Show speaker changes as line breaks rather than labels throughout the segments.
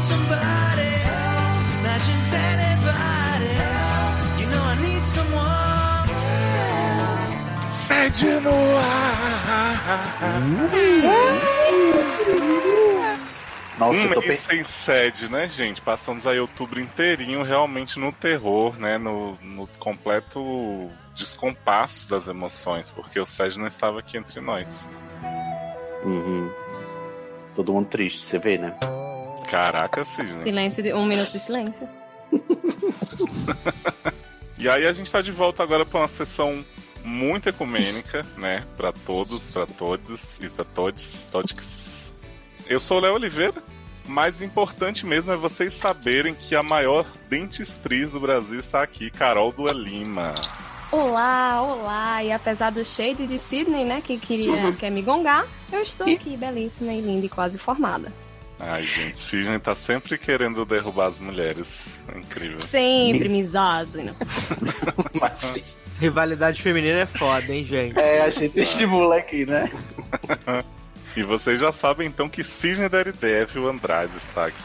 somebody, not just anybody. You know I need someone.
Sede no ar.
Nossa,
um
eu tô
mês
pensando.
sem sede, né, gente? Passamos aí outubro inteirinho realmente no terror, né? No, no completo descompasso das emoções, porque o Sede não estava aqui entre nós.
Uhum. Todo mundo triste, você vê, né?
Caraca, Sidney.
Silêncio, de, um minuto de silêncio.
E aí a gente tá de volta agora pra uma sessão muito ecumênica, né? Pra todos, pra todas e pra todos, todics. Eu sou o Léo Oliveira. Mais importante mesmo é vocês saberem que a maior dentistriz do Brasil está aqui, Carol Dua Lima.
Olá, olá. E apesar do shade de Sydney, né, que queria, quer me gongar, eu estou aqui belíssima e linda e quase formada.
Ai, gente, Sidney tá sempre querendo derrubar as mulheres. É Incrível.
Sempre misógino.
Mas
Rivalidade feminina é foda, hein, gente?
é, a gente estimula aqui, né?
E vocês já sabem então que Sidney Daredevil Andrade está aqui.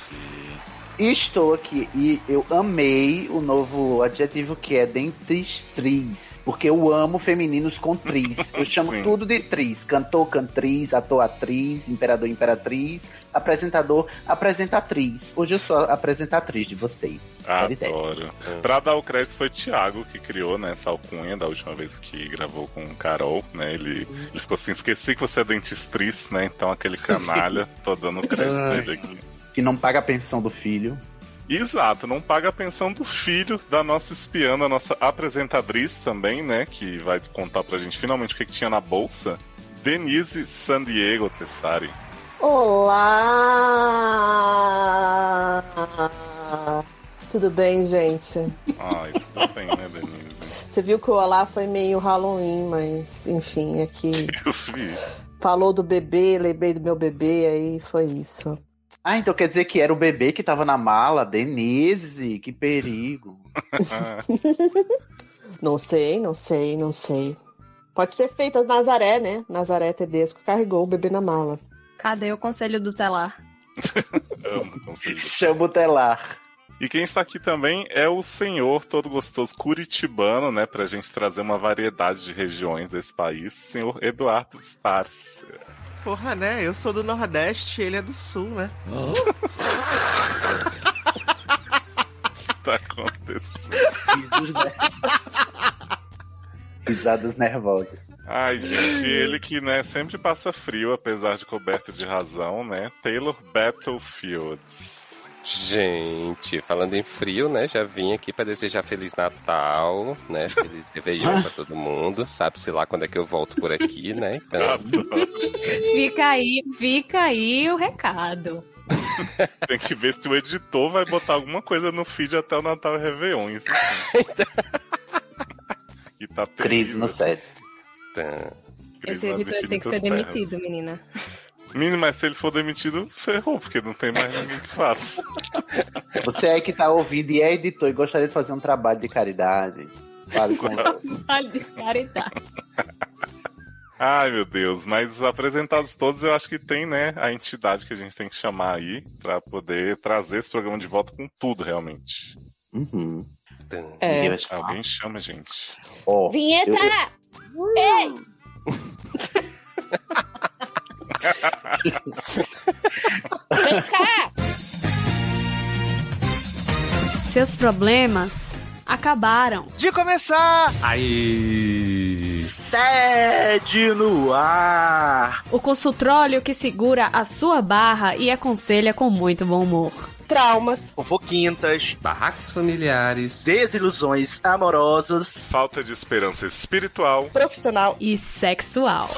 E Estou aqui e eu amei o novo adjetivo que é dentriz, porque eu amo femininos com triz. Eu chamo
Sim.
tudo de triz. Cantor, cantriz, ator, atriz, imperador, imperatriz, apresentador, apresentatriz. Hoje eu sou a apresentatriz de vocês.
Ah,
Quero ideia.
Adoro. Pra dar o crédito, foi Thiago que criou né, essa alcunha da última vez que gravou com o Carol, né? Ele, ele ficou assim, esqueci que você é dentistriz, né? Então aquele canalha, tô dando o crédito pra ele aqui.
Que não paga a pensão do filho.
Exato, não paga a pensão do filho da nossa espiã, da nossa apresentadriz também, né? Que vai contar pra gente finalmente o que, que tinha na bolsa. Denise San Diego Tessari.
Olá! Tudo bem, gente?
Ai, tudo bem, né, Denise?
Você viu que o Olá foi meio Halloween, mas enfim, aqui
Eu vi.
falou do bebê, lembrei do meu bebê, aí foi isso.
Ah, então quer dizer que era o bebê que tava na mala? Denise, que perigo.
Não sei, não sei, não sei. Pode ser feita Nazaré, né? Nazaré Tedesco carregou o bebê na mala.
Cadê o conselho do telar?
Amo, consigo.
Chama o telar.
E quem está aqui também é o senhor todo gostoso curitibano, né? Pra gente trazer uma variedade de regiões desse país, senhor Eduardo Stars.
Porra, né? Eu sou do Nordeste, ele é do Sul, né?
O que tá acontecendo?
Pisadas nervosas.
Ai, gente, ele que, né, sempre passa frio, apesar de coberto de razão, né? Taylor Battlefield.
Gente, falando em frio, né? Já vim aqui pra desejar Feliz Natal, né? Feliz Réveillon pra todo mundo. Sabe-se lá quando é que eu volto por aqui, né? Então,
Adoro.
Fica aí, fica aí o recado.
Tem que ver se o editor vai botar alguma coisa no feed até o Natal e Réveillon. Isso sim. E tá
Crise no
terrível.
set.
tá.
Esse
Crise nas
editor tem que ser
infinitas terras.
demitido, menina.
Menino, mas se ele for demitido, ferrou, porque não tem mais ninguém que faça.
Você aí que tá ouvindo e é editor e gostaria de fazer um trabalho de caridade. Fale com
Vale de caridade.
Ai, meu Deus, mas apresentados todos, eu acho que tem, né, a entidade que a gente tem que chamar aí pra poder trazer esse programa de volta com tudo, realmente.
uhum.
Tum.
Ninguém
É.
vai chamar.
Alguém chama, gente.
Ó,
Vinheta!
eu-
Ei! Vem cá!
Seus problemas acabaram.
De começar!
Sede no ar!
O consultróleo que segura a sua barra e aconselha com muito bom humor.
Traumas.
Fofoquintas,
Barracos familiares.
Desilusões amorosas.
Falta de esperança espiritual.
Profissional.
E sexual.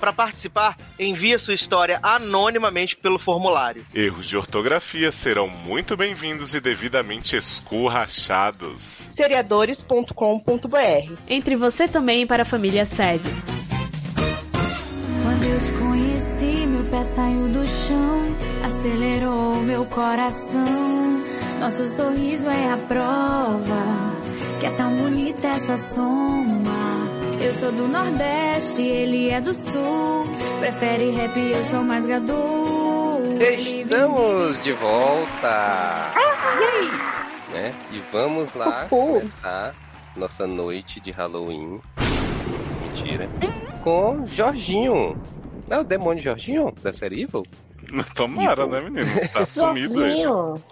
Pra participar, envie sua história anonimamente pelo formulário.
Erros de ortografia serão muito bem-vindos e devidamente escurrachados.
Seriadores.com.br
Entre você também para a família Sede.
Quando eu te conheci, meu pé saiu do chão, acelerou meu coração. Nosso sorriso é a prova que é tão bonita essa soma. Eu sou do Nordeste, ele é do Sul. Prefere rap, eu sou mais gadu.
Estamos de volta! Né? E vamos lá
Uhul.
começar nossa noite de Halloween. Mentira. Com Jorginho. Não é o demônio Jorginho da série Evil?
Tomara, né, menino? Tá sumido aí.
Sozinho.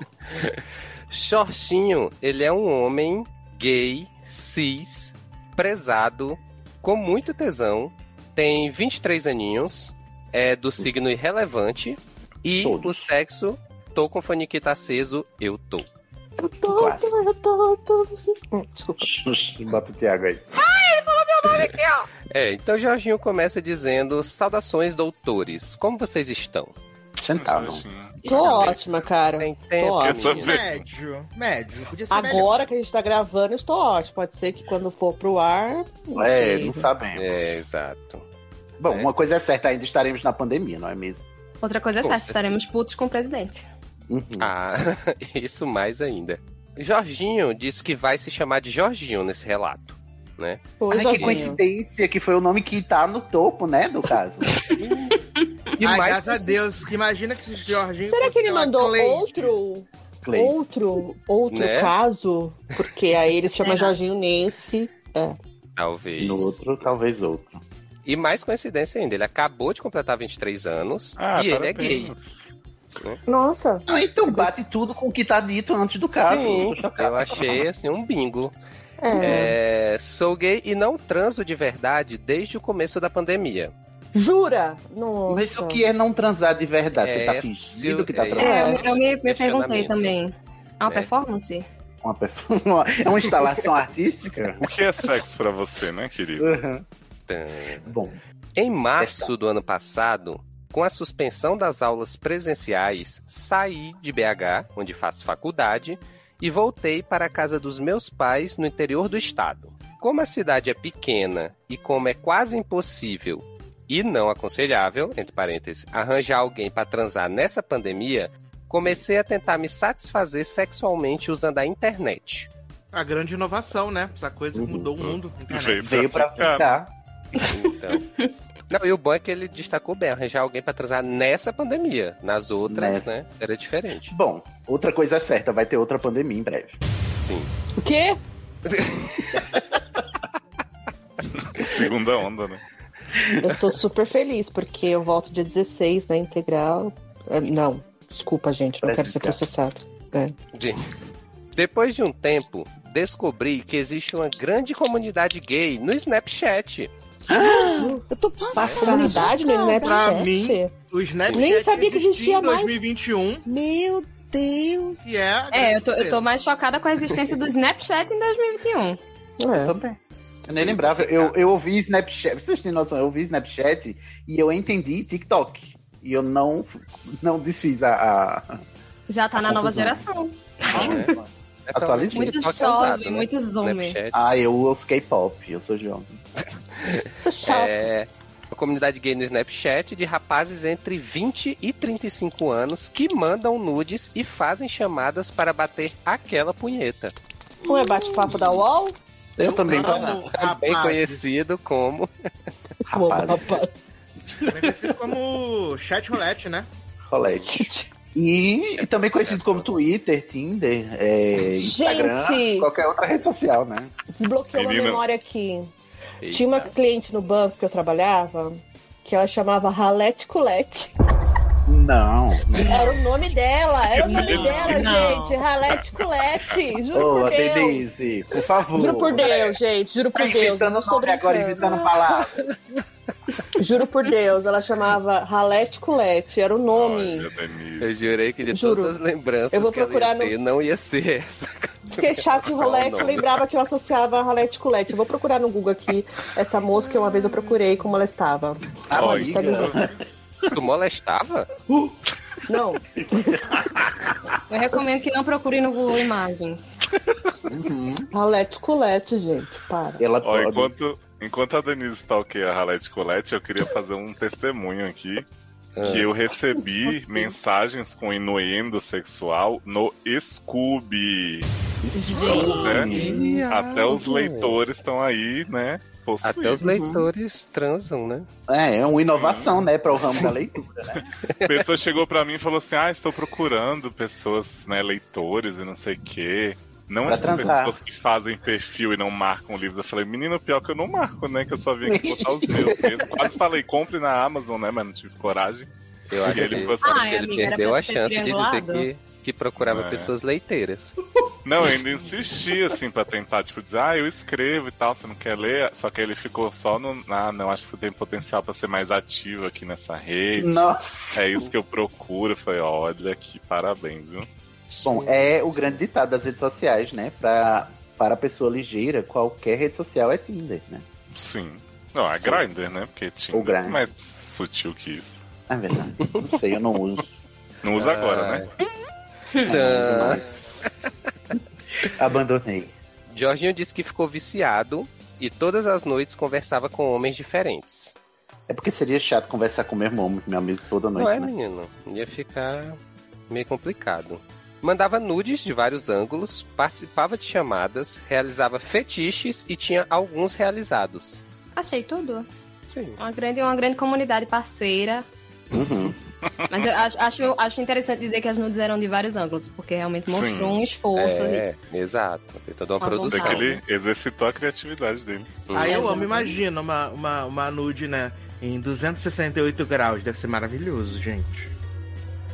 Shortinho, ele é um homem gay, cis, prezado, com muito tesão, tem 23 aninhos, é do signo irrelevante e
Todos.
o sexo, tô com o faniquita aceso, eu tô.
Eu tô,
Quase.
eu tô, eu tô. Hum, desculpa.
Bota o Thiago aí.
É, então Jorginho começa dizendo: Saudações, doutores, como vocês estão?
Então.
Sentado.
Tô ótima, cara.
Tem tempo,
ótimo.
menino?
Essa
Médio, médio. Podia ser melhor.
Agora que a gente tá gravando, eu estou ótimo. Pode ser que quando for pro ar. não
É,
sei.
não sabemos.
É, exato.
Bom,
É.
uma coisa é certa, ainda estaremos na pandemia, não é mesmo?
Outra coisa é
Com
certa,
certeza.
estaremos putos com o presidente.
Uhum.
Ah, isso mais ainda. Jorginho disse que vai se chamar de Jorginho nesse relato, né?
Pô,
Ai, que
Jorginho.
coincidência que foi o nome que tá no topo, né, do caso.
E
Ai,
mais
graças a
pessoas.
Deus, que imagina que esse Jorginho.
Será que
fosse
ele
uma
mandou
Cleide.
outro,
Clay.
outro, outro
Né?
caso? Porque aí ele se chama Jorginho nesse.
Talvez.
No outro, talvez outro.
E mais coincidência ainda, ele acabou de completar 23 anos
Ah,
e ele é
parabéns.
gay.
Nossa,
Ah, então bate tudo com o que tá dito antes do caso.
Sim,
Tô chocado.
eu achei assim um bingo.
é.
É, sou gay e não transo de verdade desde o começo da pandemia.
Jura? Nossa.
Mas o que é não transar de verdade? Você
É,
tá fingindo que tá
é,
transando
É, eu, eu me, me
Questionamento.
perguntei também. É uma
É.
performance?
com uma pessoa? É uma instalação artística?
O que é sexo pra você, né, querido?
Uhum.
Tã.
Bom,
Em março do ano passado, com a suspensão das aulas presenciais, saí de BH, onde faço faculdade, e voltei para a casa dos meus pais no interior do estado. Como a cidade é pequena e como é quase impossível e não aconselhável, entre parênteses, arranjar alguém para transar nessa pandemia, comecei a tentar me satisfazer sexualmente usando a internet.
A grande inovação, né? Essa coisa que
Uhum.
mudou o mundo.
Veio pra
veio pra
ficar.
ficar.
Então. Não, e o bom é que ele destacou bem, arranjar alguém pra transar nessa pandemia. Nas outras,
Nessa.
né, era diferente.
Bom, outra coisa é certa, vai ter outra pandemia em breve.
Sim.
O quê?
Segunda onda, né?
Eu tô super feliz, porque eu volto dia 16 na integral. É, Não, desculpa, gente, não quero ser processado.
Depois de um tempo, descobri que existe uma grande comunidade gay no Snapchat.
Eu tô
né?
passando.
Comunidade né? no
Pra
Snapchat?
é
mim- O Snapchat
Nem sabia que existia
em
mais.
2021
Meu Deus.
e é. a
É,
grande
eu tô, eu
surpresa.
tô mais chocada com a existência do Snapchat em 2021.
É.
Também. Eu nem lembrava. Eu, eu ouvi Snapchat. Vocês têm noção? Eu ouvi Snapchat e eu entendi TikTok. E eu não, não desfiz a. a...
Já tá na nova
confusão.
geração.
né?
Atualiza.
Muito
TikTok é usado,
jovem,
né?
muito zoom.
Snapchat.
Ah, eu ouço K-pop. Eu sou jovem.
Isso é chato.
É uma comunidade gay no Snapchat de rapazes entre 20 e 35 anos que mandam nudes e fazem chamadas para bater aquela punheta.
Não é bate-papo da UOL?
Eu também tô na.
Como
Bem
rapazes,
conhecido como
Rapaz.
também conhecido como chat roulette, né?
Colete. E também conhecido como Twitter, Tinder, é, Instagram,
Gente!
qualquer outra rede social, né?
Bloqueou uma
Menina.
memória aqui.
Eita.
Tinha uma cliente no banco que eu trabalhava que ela chamava Ralete Colette.
Não.
Era o nome dela, era o nome
Não.
dela,
Não.
gente. Ralete Colette. Juro
Ô,
por Deus.
Denise, por favor.
Juro por Deus, gente. Juro
Tá
por Deus. eu
inventando
Não estou
nome agora,
brincando.
inventando palavras.
Juro por Deus. Ela chamava Ralete Colette. Era o nome.
Olha, Denise.
Eu jurei que de
Juro.
todas as lembranças
Eu vou
que ela
procurar
ia ter, não ia ser essa.
Fiquei chato com
Qual o
Rolete. Eu
nome?
lembrava que eu associava a Ralete Colette. Eu vou procurar no Google aqui essa moça que uma vez eu procurei como ela estava.
Ah,
Ó,
amiga.
segue o jogo.
Tu molestava?
Não.
Eu recomendo que não procure no Google Imagens.
Uhum.
Ralete Colette, gente. Para.
Ela
Ó,
pode.
enquanto, enquanto a Denise stalkeia a Ralete Colette, eu queria fazer um testemunho aqui. Que eu recebi mensagens com inuendo sexual no Scooby.
Gente.
Né? Até os leitores estão aí, né? possuído.
Até os leitores transam, né?
É, é uma inovação, né, para o ramo da leitura, né?
A pessoa chegou pra mim e falou assim: Ah, estou procurando pessoas, né, leitores e não sei o quê. Não
Pra
essas
transar.
pessoas que fazem perfil e não marcam livros. Eu falei, menino, pior que eu não marco, né? Que eu só vim aqui botar os meus mesmo. Quase falei, compre na Amazon, né? Mas não tive coragem.
Eu acho
E ele
que,
ficou assim,
acho
Ah,
que ele
amiga, era
perdeu
pra
a
ser
chance de dizer
triangulado?
que, que procurava
É.
pessoas leiteiras.
Não, eu ainda insisti, assim, pra tentar, tipo, dizer, ah, eu escrevo e tal, você não quer ler? Só que ele ficou só no. Ah, não, acho que você tem potencial pra ser mais ativo aqui nessa
Hum.
rede.
Nossa.
É isso que eu procuro. Eu falei, olha que parabéns, viu?
Bom, é o grande ditado das redes sociais, né? Pra, para a pessoa ligeira, qualquer rede social é Tinder, né?
Sim. Não, é
Sim.
Grindr, né? Porque tinha
O Grindr.
mais sutil que isso.
É verdade. Não sei, eu não uso.
Não usa agora, né?
Então,
É, Abandonei.
Jorginho disse que ficou viciado e todas as noites conversava com homens diferentes.
É porque seria chato conversar com o mesmo homem, meu amigo, toda noite,
Não é,
né?
menino? Ia ficar meio complicado. Mandava nudes de vários ângulos, participava de chamadas, realizava fetiches e tinha alguns realizados.
Achei tudo.
Sim.
Uma grande, uma grande comunidade parceira.
Uhum.
Mas eu acho, acho, acho interessante dizer que as nudes eram de vários ângulos, porque realmente mostrou um esforço. ali.
É, exato. Tem toda uma
Tá
Uma
produção.
vontade.
Ele exercitou a criatividade dele.
Aí eu amo, imagina uma, uma, uma nude, né? Em 268 graus. Deve ser maravilhoso, gente.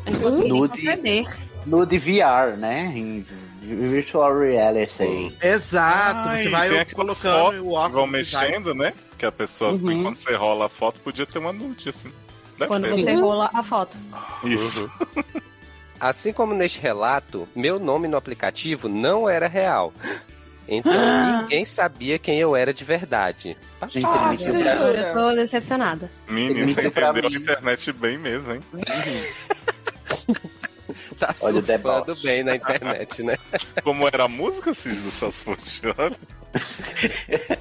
Eu não consegui nem
Nude.
conceber.
Nude VR, né? Em vi- virtual reality.
Exato,
Ai,
Ah, você vai
tem aquelas
colocando o
fotos que
óculos.
Vão
e vai-
mexendo, né? Que a pessoa,
Uhum.
enquanto você rola a foto, podia ter uma nude, assim. Deve
Quando
ter. Uhum.
você
né?
rola a foto.
Isso.
Assim como neste relato, meu nome no aplicativo não era real. Então
Ah.
ninguém sabia quem eu era de verdade.
Gente,
Ah,
ele me
Eu
deu pra-
juro,
Ah,
eu tô decepcionada.
Menino,
Ele
você
deu pra
entendeu a internet bem mesmo, hein?
Uhum.
Tá
Olha o
surfando bem na internet, né?
Como era a música, Cis, do Celso Portiolli?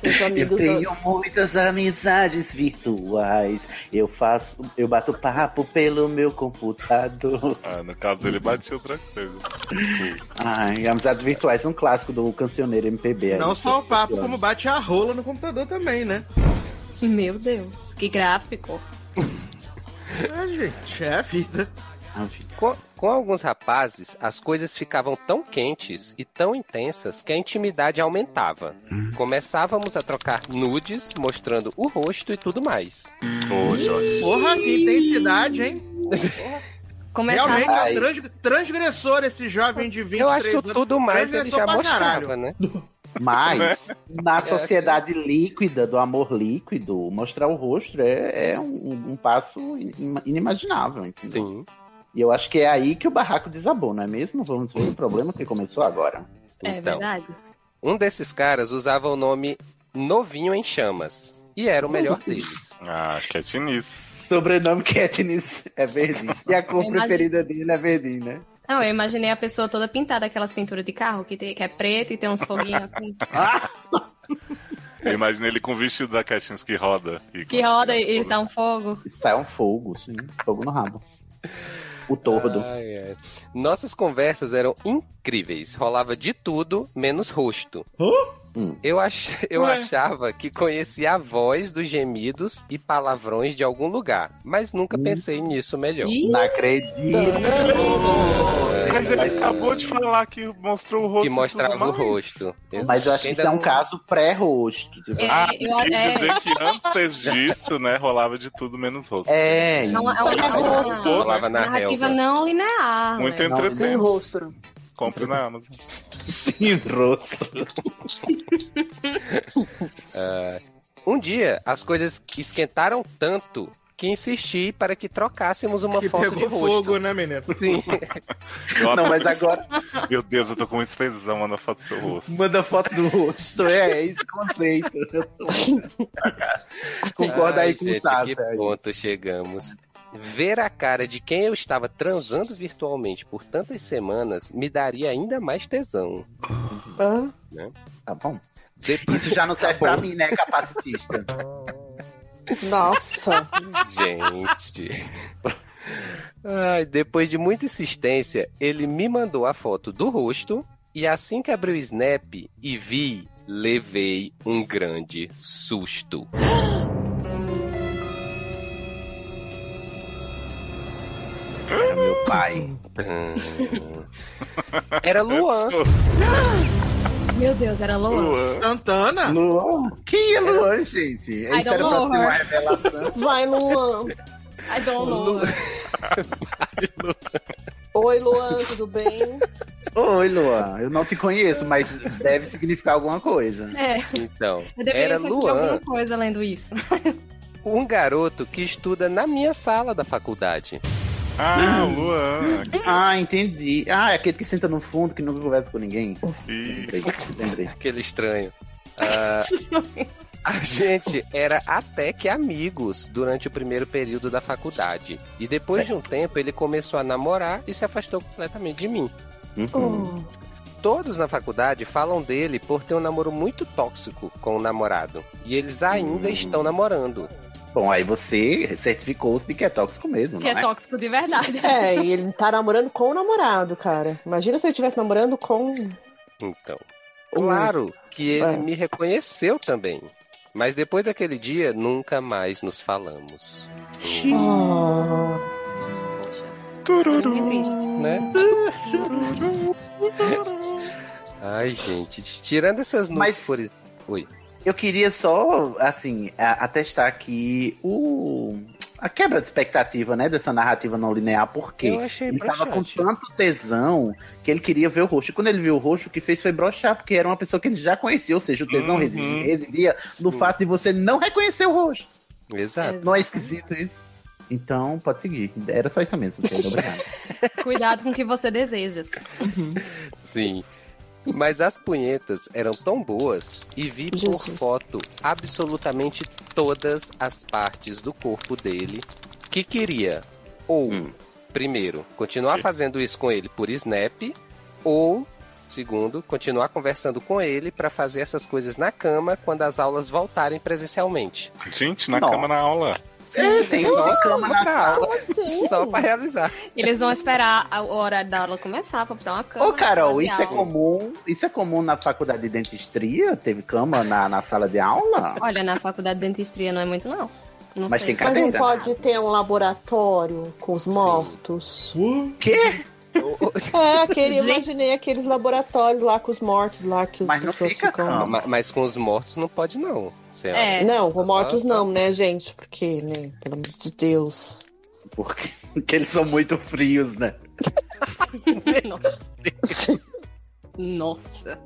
Os
Eu
amigos do-
tenho muitas amizades virtuais. Eu faço, eu bato papo pelo meu computador.
Ah, no caso dele, batia outra coisa.
Ai, amizades virtuais, um clássico do cancioneiro MPB. aí.
Não só o papo, como bate a rola no computador também, né?
Meu Deus, que gráfico.
É, gente, é a vida.
A vida.
Com, com alguns rapazes, as coisas ficavam tão quentes e tão intensas que a intimidade aumentava.
Hum.
Começávamos a trocar nudes, mostrando o rosto e tudo mais.
Ô, Jorge.
Porra, que intensidade, hein?
Começaram
Realmente é
Ai.
um trans- transgressor esse jovem de 23
Eu acho que
anos.
tudo mais ele
Transgressor
já
pra
mostrava,
caralho.
né?
Mas, na sociedade líquida, do amor líquido, mostrar o rosto é, é um, um passo in- inimaginável. entendeu?
Sim.
E eu acho que é aí que o barraco desabou, não é mesmo? Vamos ver o problema que começou agora.
É
Então,
verdade.
um desses caras usava o nome Novinho em Chamas. E era o melhor deles.
Ah, Katniss.
Sobrenome Katniss é verdinho. E a cor
Eu imagino.
preferida dele é verdinho, né?
Não, eu imaginei a pessoa toda pintada, aquelas pinturas de carro que, tem- que é preto e tem uns foguinhos assim,
Ah!
Eu imaginei ele com o vestido da Katniss que roda. E
que roda e, e sai um fogo.
E sai um fogo, sim. Fogo no rabo. O tordo.
Ai, ai. Nossas conversas eram incríveis. Rolava de tudo, menos rosto.
Hum.
Eu, ach... eu achava que conhecia a voz dos gemidos e palavrões de algum lugar, mas nunca
Hum.
pensei nisso melhor.
Ih,
Não acredito.
Mas ele acabou de falar que mostrou o rosto.
Que
e
mostrava
tudo mais.
o rosto.
Mas eu acho que
Ainda
isso é um
não-
caso pré-rosto. tipo.
É,
Ah,
eu,
quis
é,
dizer que antes disso, né, rolava de tudo menos rosto.
É,
é uma, é uma-
Ele
é uma
voltou, né?
Rolava na
narrativa
relva.
não linear.
Muito
né?
Não, sem
entretenimento.
rosto.
Compre na Amazon.
sim, rosto.
Um dia, as coisas esquentaram tanto que insisti para que trocássemos uma
Que
foto de
pegou
rosto.
fogo, né, menino?
Sim.
Eu
Não, mas
adoro-
agora
Meu Deus, eu tô com uma expressão manda foto do seu rosto.
manda foto do rosto. É, é esse conceito. Eu tô- Concorda aí
Ai,
com
gente,
o Sá,
Que
Sérgio.
ponto chegamos. Ver a cara de quem eu estava transando virtualmente por tantas semanas me daria ainda mais tesão.
Ah,
Tá bom.
Depois,
Isso já não serve pra mim, né, capacitista?
Nossa.
gente. Ai, depois de muita insistência, ele me mandou a foto do rosto e assim que abri o Snap e vi levei um grande susto.
Era meu pai.
Hum. Era Luan.
Meu Deus, era Luan.
Santana?
Luan? Quem é Luan, gente?
I
Isso
don't
era pra
um
know
ser uma
her.
revelação.
Vai, Luan.
I don't know.
Oi, Luan, tudo bem?
Oi, Luan. Eu não te conheço, mas deve significar alguma coisa.
É,
Então,
eu deveria
era
sentir alguma
Luan,
coisa lendo isso.
um garoto que estuda na minha sala da faculdade.
Ah, o Luan.
Ah, entendi. Ah, é aquele que senta no fundo, que nunca conversa com ninguém.
Isso.
Lembrei, lembrei.
Aquele estranho. Ah, a gente era até que amigos durante o primeiro período da faculdade. E depois de um tempo, ele começou a namorar e se afastou completamente de mim.
Oh,
Todos na faculdade falam dele por ter um namoro muito tóxico com o namorado. E eles ainda
Hum.
estão namorando.
Bom, aí você certificou-se de que é tóxico mesmo,
Que
não
é
é?
tóxico de verdade.
É, e ele tá namorando com o namorado, cara. Imagina se eu estivesse namorando com.
Então. Claro que ele
É.
me reconheceu também. Mas depois daquele dia, nunca mais nos falamos.
Oh,
Poxa,
Tururu.
que triste.
Né? Ai, gente. Tirando essas nuvens
Mas-
por isso.
Eu queria só, assim, a- atestar aqui o... a quebra de expectativa, né, dessa narrativa não linear, porque
Eu achei
ele tava com
broxante.
tanto tesão que ele queria ver o roxo. E Quando ele viu o roxo, o que fez foi brochar, porque era uma pessoa que ele já conhecia, ou seja, o tesão
Uhum.
resi- residia no
Sim.
fato de você não reconhecer o roxo.
Exato.
Não é esquisito isso? Então, pode seguir. Era só isso mesmo. Pedro. Obrigado.
Cuidado com o que você deseja.
Sim. Mas as punhetas eram tão boas e vi por
Jesus.
foto absolutamente todas as partes do corpo dele que queria. Ou, primeiro, continuar fazendo isso com ele por Snap, ou, segundo, continuar conversando com ele pra fazer essas coisas na cama quando as aulas voltarem presencialmente.
Gente, na
Nossa.
cama na aula.
É, tem uma cama na
Pra
sala.
aula,
assim?
só pra realizar.
Eles vão esperar a hora da aula começar pra botar uma cama.
Ô, Carol,
sabe,
isso é
aula.
comum? Isso é comum na faculdade de dentistria? Teve cama na, na sala de aula?
Olha, na faculdade de dentistria não é muito, não. Não
Mas
sei.
tem
Mas não
Cadeira.
pode ter um laboratório com os mortos?
Quê?
É, aquele,
Gente.
imaginei aqueles laboratórios lá com os mortos lá que os
Mas não
pessoas
fica
ficam.
calma.
Ah, Ma- Mas com os mortos não pode, não. Senhora.
É.
Não, com mortos não, né, gente? Porque, né, pelo amor de Deus.
Porque, porque eles são muito frios, né?
Nossa. Nossa.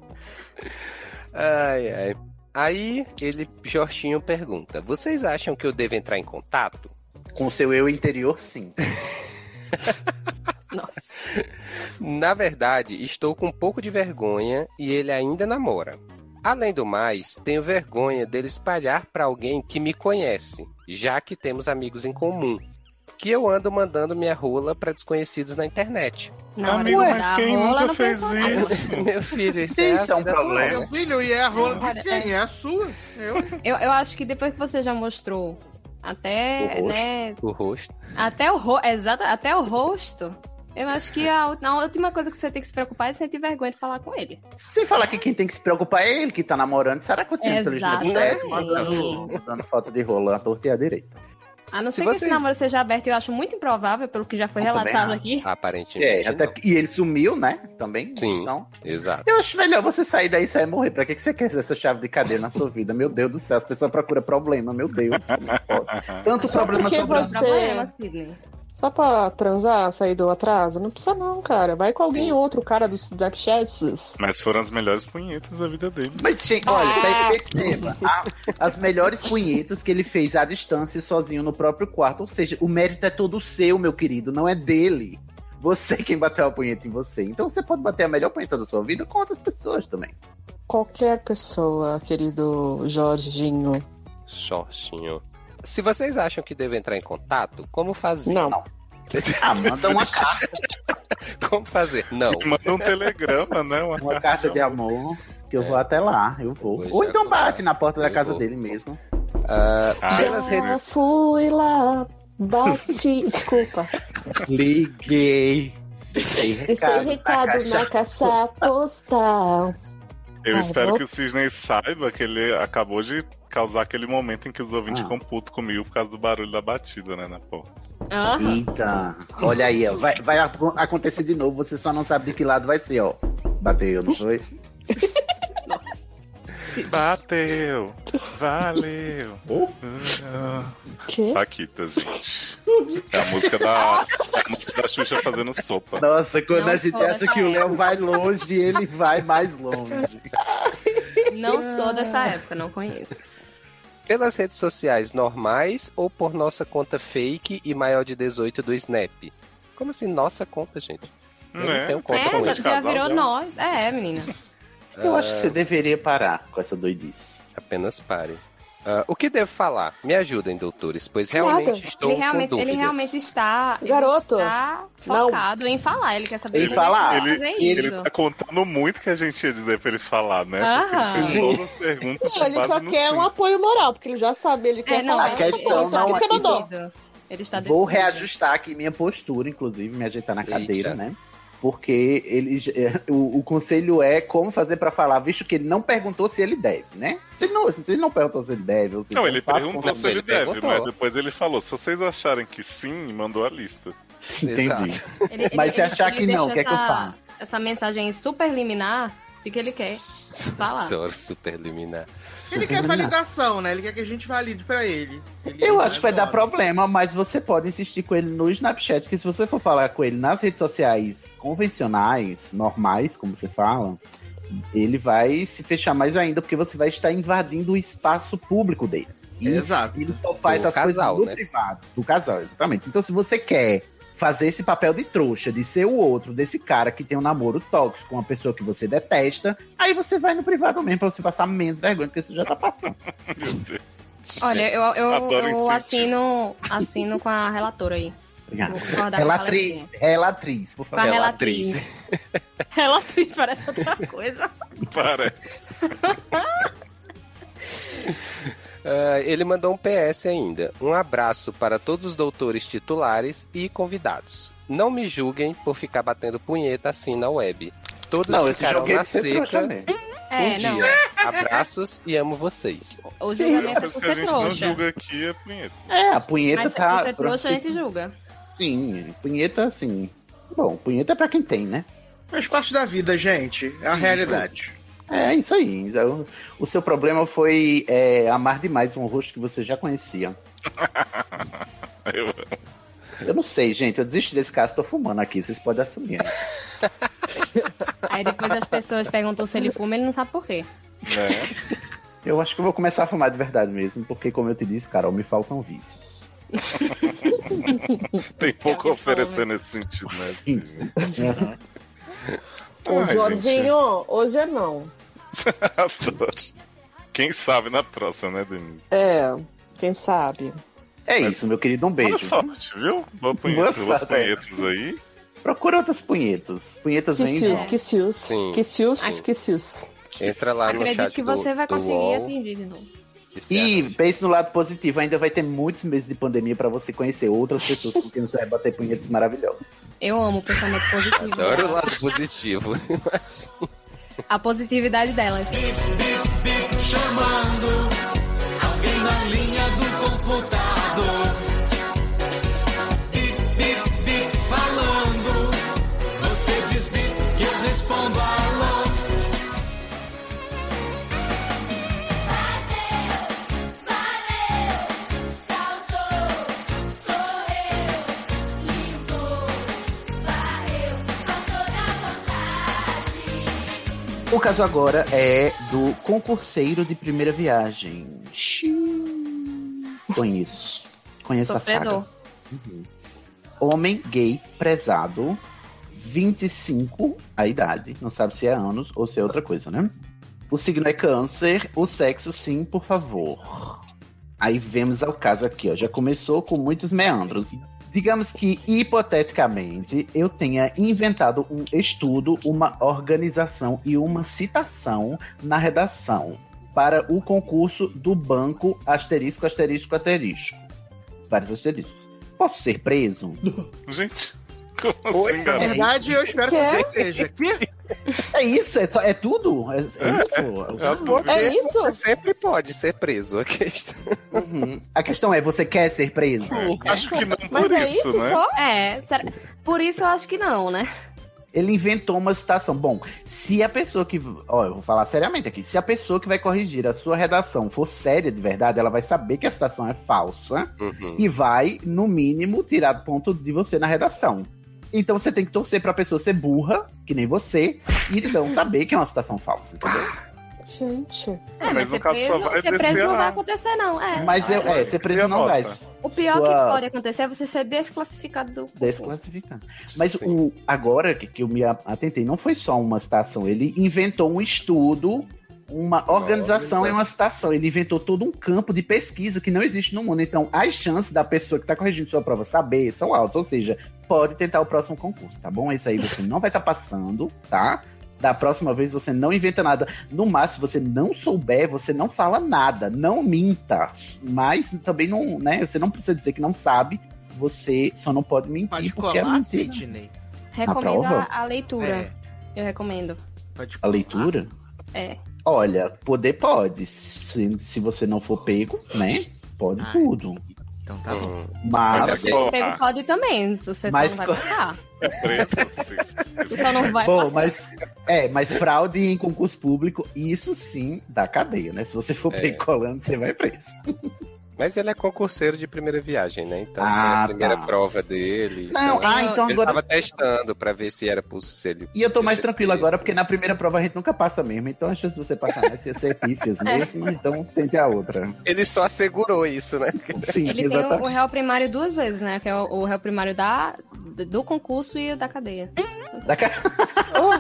Ai, ai. Aí ele, Jorginho, pergunta: Vocês acham que eu devo entrar em contato?
Com seu eu interior, sim.
Nossa.
Na verdade, estou com um pouco de vergonha e ele ainda namora. Além do mais, tenho vergonha dele espalhar pra alguém que me conhece, já que temos amigos em comum. Que eu ando mandando minha rola pra desconhecidos na internet.
Não,
Amigo,
era
mas
da
quem
rola,
nunca
não
fez
pensou nada.
isso?
Meu filho, isso,
Sim,
é, a
isso é um
vida atual.
problema.
Meu filho, e é a rola
Olha,
de quem? É a sua? Eu?
Eu, eu acho que depois que você já mostrou até,
O rosto.
né,
O rosto.
até o rosto, exato, até o rosto, eu acho que a, ú- a última coisa que você tem que se preocupar é sentir vergonha de falar com ele.
Sem falar que quem tem que se preocupar é ele que tá namorando. Será que eu tinha É,
Exatamente.
mandando, mandando foto de rolo à torta e à direita?
A não
Se
ser que
vocês-
esse namoro seja aberto, eu acho muito improvável, pelo que já foi
Eu também
relatado
acho.
aqui.
Aparentemente.
É, até
não.
porque- e ele sumiu, né? Também.
Sim.
Então,
Exato.
eu acho melhor você sair daí e sair morrer. Pra que, que você quer essa chave de cadeia na sua vida? Meu Deus do céu, as pessoas procuram problema. Meu Deus, como é que pode? Tanto problema
porque
sobrando.
você-
Problema, Sidney.
Só pra transar, sair do atraso? Não precisa não, cara. Vai com alguém outro, cara do Snapchat.
Mas foram as melhores punhetas da vida dele.
Mas, gente, olha, perceba. a- as melhores punhetas que ele fez à distância e sozinho no próprio quarto. Ou seja, o mérito é todo seu, meu querido, não é dele. Você é quem bateu a punheta em você. Então você pode bater a melhor punheta da sua vida com outras pessoas também.
Qualquer pessoa, querido Jorginho.
Shortinho. Se vocês acham que devo entrar em contato, como fazer?
Não.
Ah, manda uma carta,
Como fazer? Não.
Manda um telegrama, né? Uma,
uma carta de amor. Que eu
É.
vou até lá, eu vou.
Vou
Ou
já
então
colocar.
bate na porta da
é, Eu
casa
vou.
dele mesmo.
Ah,
Ah,
pelas
sim.
redes-
Já fui lá, bati. Desculpa.
Liguei. Deixei
Esse é
recado,
recado né?
na caixa.
na caixa postal.
Eu espero que o Sidney saiba que ele acabou de causar aquele momento em que os ouvintes ficam putos comigo por causa do barulho da batida, né, na porra.
Ah.
Eita, olha aí, ó. Vai, vai ac- acontecer de novo, você só não sabe de que lado vai ser, ó. Bateu, não foi?
Bateu! Valeu!
Quê?
Paquitas, gente. É a música da, é a música da Xuxa fazendo sopa.
Nossa, quando
Não
a gente
foi.
acha que o Léo vai longe, ele vai mais longe.
Não sou
Ah.
dessa época, não conheço.
Pelas redes sociais normais ou por nossa conta fake e maior de 18 do Snap? Como assim, nossa conta, gente? Eu não
Né?
tenho conta
É,
com
já,
isso.
de
já
casal, então.
virou
já.
nós. É, menina.
Eu acho É que você deveria parar com essa doidice.
Apenas pare. Ah, o que devo falar? Me ajudem, doutores, pois realmente
Nada.
estou
Ele
com
realmente,
dúvidas.
ele realmente está. ele
Garoto,
está
não.
focado em falar. Ele quer saber
Ele
como
falar.
é que ele vai fazer
Ele
isso.
tá contando muito que a gente ia dizer pra ele falar, né? Porque
Aham.
ele fez todas as perguntas
Não,
com
ele só
base no
quer
sim.
um apoio moral, porque ele já sabe, ele
É,
quer
não,
falar.
A
ele-
qualquer
questão
ele
coisa,
está
não
por isso que eu não dou.
decidido. Ele está
Vou
decidido.
reajustar aqui minha postura, inclusive, me ajeitar na cadeira,
Eita.
né? Porque ele, é, o, o conselho é como fazer pra falar, visto que ele não perguntou se ele deve, né? Se ele não, se ele não perguntou se ele deve, ou se
Não, ele
fala,
perguntou
conta-
se ele
ele
deve,
perguntou.
mas depois ele falou: se vocês acharem que sim, mandou a lista.
Entendi.
Ele- ele-
Mas se
ele-
achar
ele
que não, o
deixa
que é que eu
essa-
faço?
Essa mensagem superliminar de que ele quer falar.
Então,
Adoro superliminar.
é
Ele quer validação, né? Ele quer que a gente valide pra ele. Ele
Eu
é
acho que vai dar
mais
problema, mas você pode insistir com ele no Snapchat, que se você for falar com ele nas redes sociais convencionais, normais, como você fala, ele vai se fechar mais ainda, porque você vai estar invadindo o espaço público dele. E
Exato.
ele só faz
Do
as
casal,
coisas no
né?
privado, do casal, exatamente. Então, se você quer fazer esse papel de trouxa, de ser o outro, desse cara que tem um namoro tóxico com uma pessoa que você detesta, aí você vai no privado mesmo, pra você passar menos vergonha, porque você já tá passando.
Meu Deus.
Olha, eu, eu,
Adoro
eu
incentivo.
assino, assino com a relatora aí. Vou
Obrigado.
concordar com a
Ah, Relatriz, relatriz, é por
Com a
favor.
Relatriz.
relatriz. Relatriz parece outra coisa.
Parece.
Ah, ele mandou um PS ainda. Um abraço para todos os doutores titulares e convidados. Não me julguem por ficar batendo punheta assim na web. Todos
Não, eu te
ficaram
joguei
na
de ser trouxa
seca
né?
mesmo.
É,
um
não.
dia. Abraços e amo vocês.
O
As
julgamento é
coisas
por
que a
ser
gente não
trouxa.
julga aqui é punheta.
É, a punheta
Mas
tá.
por ser trouxa a
pronto,
gente julga.
Sim, punheta sim. Bom, punheta é pra quem tem, né?
óbvio. Faz parte da vida, gente. É a realidade.
É isso aí. O- O seu problema foi é, amar demais um rosto que você já conhecia.
Eu-
Eu não sei, gente. Eu desisti desse caso, tô fumando aqui. Vocês podem assumir. né?
Aí depois as pessoas perguntam se ele fuma, ele não sabe por quê.
né?
Eu acho que eu vou começar a fumar de verdade mesmo, porque, como eu te disse, Carol, me faltam vícios.
Tem pouco
É
a
o que fala,
oferecer nesse sentido, né?
Sim.
Sidney?
Ô,
Ai, gente.
Jorginho, hoje é não.
Adoro. Quem sabe na próxima, né, Denise?
É, quem sabe.
É
Mas-
isso, meu querido. Um
Boa
beijo.
sorte, viu? Boa punheta,
Boa
duas
sorte.
punhetas aí.
Procura outras punhetas. Punhetas
Que
vêm. e
sius,
vão.
que sius.
Sim.
Que sius, que sius.
Entra lá no
Acredito
chat
que
do-
você vai
do
conseguir assim.
UOL.
atingir de novo.
E pense no lado positivo, ainda vai ter muitos meses de pandemia pra você conhecer outras pessoas com quem você vai bater punhetas maravilhosas.
Eu amo o pensamento positivo.
Adoro o
dela.
lado positivo.
A positividade delas.
O caso agora é do concurseiro de primeira viagem. Xiii. Conheço. Conheço a
Sofredor.
saga. Uhum. Homem gay prezado, 25 a idade, não sabe se é anos ou se é outra coisa, né? O signo é câncer, o sexo sim, por favor. Aí vemos ao caso aqui, ó. Já começou com muitos meandros. Digamos que, hipoteticamente, eu tenha inventado um estudo, uma organização e uma citação na redação para o concurso do banco asterisco, asterisco, asterisco. Vários asteriscos. Posso ser preso?
Gente, como
Oi,
assim,
Na
cara?
verdade, eu espero que
Quer?
você seja. Que?
É isso? É, só- é tudo? É, é isso?
Porque
É
Você sempre pode ser preso. A questão.
Uhum. A questão é, você quer ser preso?
Acho que não
Mas por é isso, isso, né? só?
É, será- por isso eu acho que não, né?
Ele inventou uma citação. Bom, se a pessoa que. Ó, eu vou falar seriamente aqui. Se a pessoa que vai corrigir a sua redação for séria de verdade, ela vai saber que a citação é falsa
Uhum.
e vai, no mínimo, tirar ponto de você na redação. Então você tem que torcer pra pessoa ser burra, que nem você, e então saber que é uma citação falsa, entendeu?
Gente.
É,
Mas
mas,
no
ser
caso só
preso,
vai
ser preso
descer
não
a-
vai acontecer, não. É.
Mas eu, é, ser preso não vai.
O pior
Sua-
que pode acontecer é você ser desclassificado do concurso.
Desclassificado. Mas o, agora que, que eu me a- atentei, não foi só uma citação, ele inventou um estudo, uma organização e uma citação. Ele inventou todo um campo de pesquisa que não existe no mundo. Então, as chances da pessoa que está corrigindo sua prova saber são altas. Ou seja, pode tentar o próximo concurso, tá bom? Isso aí você não vai estar passando, tá? Da próxima vez você não inventa nada. No máximo, se você não souber, você não fala nada. Não minta. Mas também não, né? Você não precisa dizer que não sabe. Você só não pode mentir
Pode
porque
colar,
a mentira-
Sidney.
Recomendo
prova?
a, a leitura.
Ah, É.
Eu recomendo.
A leitura?
É.
Olha, poder pode. Se, se você não for pego, né? Pode tudo.
Então tá
bom.
Mas
Ah, Mas.
é
é
se você pego pode também, se você
Mas
só não
co-
vai passar.
É preso, sim.
Você só não vai
Bom,
passar.
mas. É, mas fraude em concurso público, isso sim dá cadeia, né? Se você for
É.
pego colando, você vai preso.
Mas ele é concurseiro de primeira viagem, né? Então,
Ah,
foi a primeira
tá.
prova dele.
Não, ah, então
ele
agora-
tava testando pra ver se era possível.
E eu tô mais tranquilo agora, porque na primeira prova a gente nunca passa mesmo. Então a chance de você passar mais é ser pífias
É.
mesmo, então tente a outra.
Ele só assegurou isso, né?
Sim,
Ele tem o, o réu primário duas vezes, né? Que é o, o réu primário da, do concurso e da cadeia.
Da ca-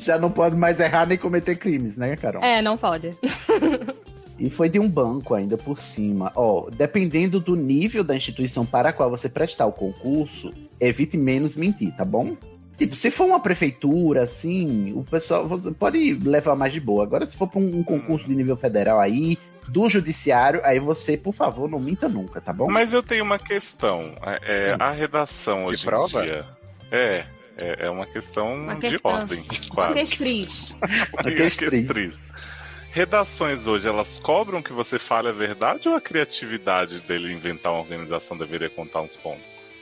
Já não pode mais errar nem cometer crimes, né, Carol?
É, não pode.
E foi de um banco ainda por cima. Ó, dependendo do nível da instituição para a qual você prestar o concurso, evite menos mentir, tá bom? Tipo, se for uma prefeitura, assim, o pessoal você pode levar mais de boa. Agora, se for para um, um concurso de nível federal aí, do judiciário, aí você, por favor, não minta nunca, tá bom? Hum.
Mas eu tenho uma questão. É, é, a redação hoje
prova?
em dia. É, é, é uma questão
Uma
de
questão.
ordem,
Uma
quase.
questão.
Uma questão. Redações hoje, elas cobram que você fale a verdade ou a criatividade dele inventar uma organização deveria contar uns pontos?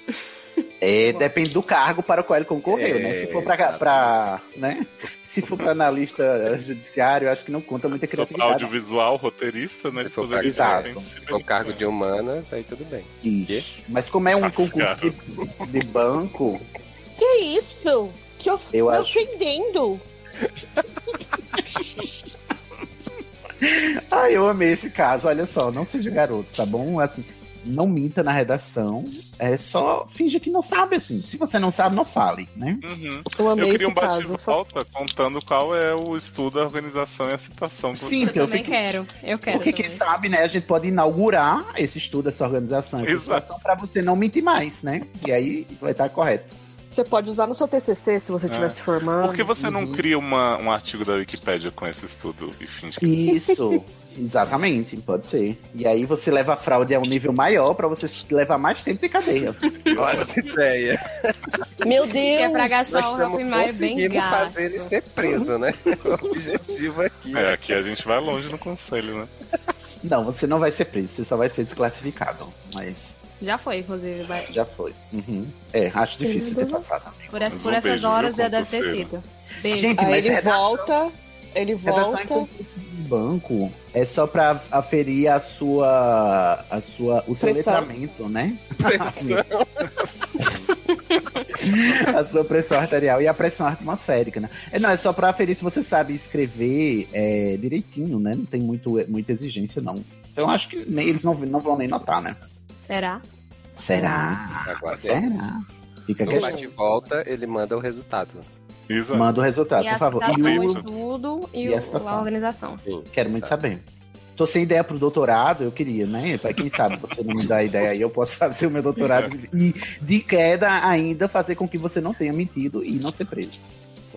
É, depende do cargo para o qual ele concorreu,
É,
né? Se for pra, pra, né? Se for para analista judiciário, eu acho que não conta muita
Só pra
criatividade.
audiovisual, roteirista, né? Ele
Se for
poderia
cargo-
ser
se for cargo de humanas, aí tudo bem.
Isso. Mas como é um concurso de, de banco,
Que isso? Que of...
Eu
me
acho-
ofendendo.
Ah, eu amei esse caso. Olha só, não seja garoto, tá bom? Assim, não minta na redação. É só finja que não sabe, assim. Se você não sabe, não fale, né?
Uhum.
Eu amei
queria um
esse caso,
bate-volta contando qual é o estudo, a organização e a citação. que
Sim,
você-
porque eu fico-
Quero, eu quero.
Porque quem sabe, né? A gente pode inaugurar esse estudo, essa organização, essa
Exato.
situação, pra você não mentir mais, né? E aí vai estar correto.
Você pode usar no seu TCC se você estiver
É.
se formando.
Por que você
Uhum.
não cria uma- um artigo da Wikipédia com esse estudo e finge que...
Isso, exatamente, pode ser. E aí você leva a fraude a um nível maior pra você levar mais tempo de cadeia.
Olha essa ideia.
Meu
Que é pra gastar
Nós
o réu
estamos
primário é bem
conseguindo
gasto.
fazer ele ser preso, né? O objetivo aqui.
É, aqui a gente vai longe no conselho, né?
Não, você não vai ser preso, você só vai ser desclassificado. Mas
Já foi, inclusive. vai.
já foi. Uhum. É, acho difícil ter passado.
Por, essa-
Mas um
por essas
beijo,
horas
viu,
já deve ter
concurseiro?
sido. Beijo.
Gente, Aí mas ele redação-
volta, ele
Redação é em
volta.
concurso de banco é só pra aferir a sua, a sua, o seu
Pressão.
letramento, né? a sua pressão arterial e a pressão atmosférica, né? É, não, é só pra aferir se você sabe escrever é, direitinho, né? Não tem muito, muita exigência, não. Então acho que nem, eles não, não vão nem notar, né?
Será?
Será?
Aguardemos.
Será? Fica a
No
questão.
bate-volta, ele manda o resultado.
Manda o resultado,
e a
tá, por favor.
citação,
E
o
o-
estudo e,
e
o-
a citação.
a organização.
Quero muito saber. Tô sem ideia pro doutorado, eu queria, né? Pra quem sabe você não me dá ideia aí, eu posso fazer o meu doutorado e, de queda, ainda fazer com que você não tenha mentido e não ser preso.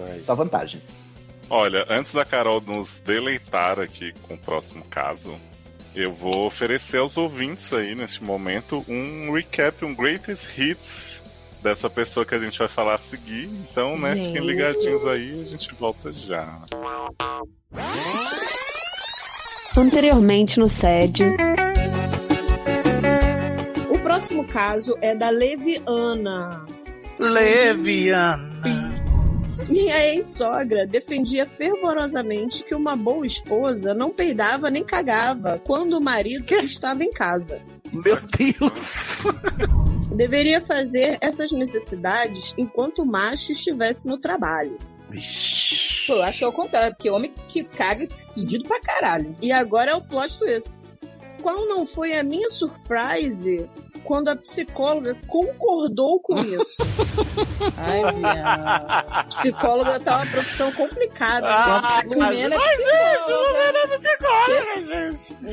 É
Só vantagens.
Olha, antes da Carol nos deleitar aqui com o próximo caso, eu vou oferecer aos ouvintes aí, neste momento, um recap, um greatest hits dessa pessoa que a gente vai falar a seguir. Então, né, fiquem
Gente.
ligadinhos aí, a gente volta já.
Anteriormente no SED. O próximo caso é da Leviana.
Leviana.
Minha ex-sogra defendia fervorosamente que uma boa esposa não peidava nem cagava quando o marido estava em casa.
Meu Deus!
Deveria fazer essas necessidades enquanto o macho estivesse no trabalho.
Pô, eu acho que é o contrário, porque homem que caga é fedido pra caralho.
E agora é o plot twist. Qual não foi a minha surprise quando a psicóloga concordou com isso? Ai, minha. Psicóloga tá uma profissão complicada.
Ah,
Lumena
mas
é
psicóloga.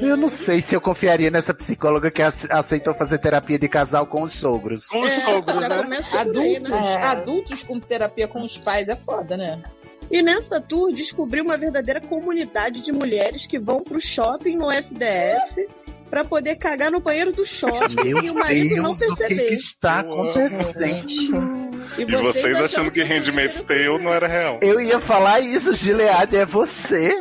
Eu não sei se eu confiaria nessa psicóloga que ace- aceitou fazer terapia de casal com os sogros.
É, já começa
por aí,
adultos,
né? É.
adultos com terapia com os pais é foda, né?
E nessa tour descobri uma verdadeira comunidade de mulheres que vão pro shopping no FDS pra poder cagar no banheiro do shopping
Meu
e o marido não
Deus, o que
perceber.
que
está acontecendo?
E,
E
vocês,
vocês
achando que Handmaid's Tale não era real.
Eu ia falar isso, Gilead, é você.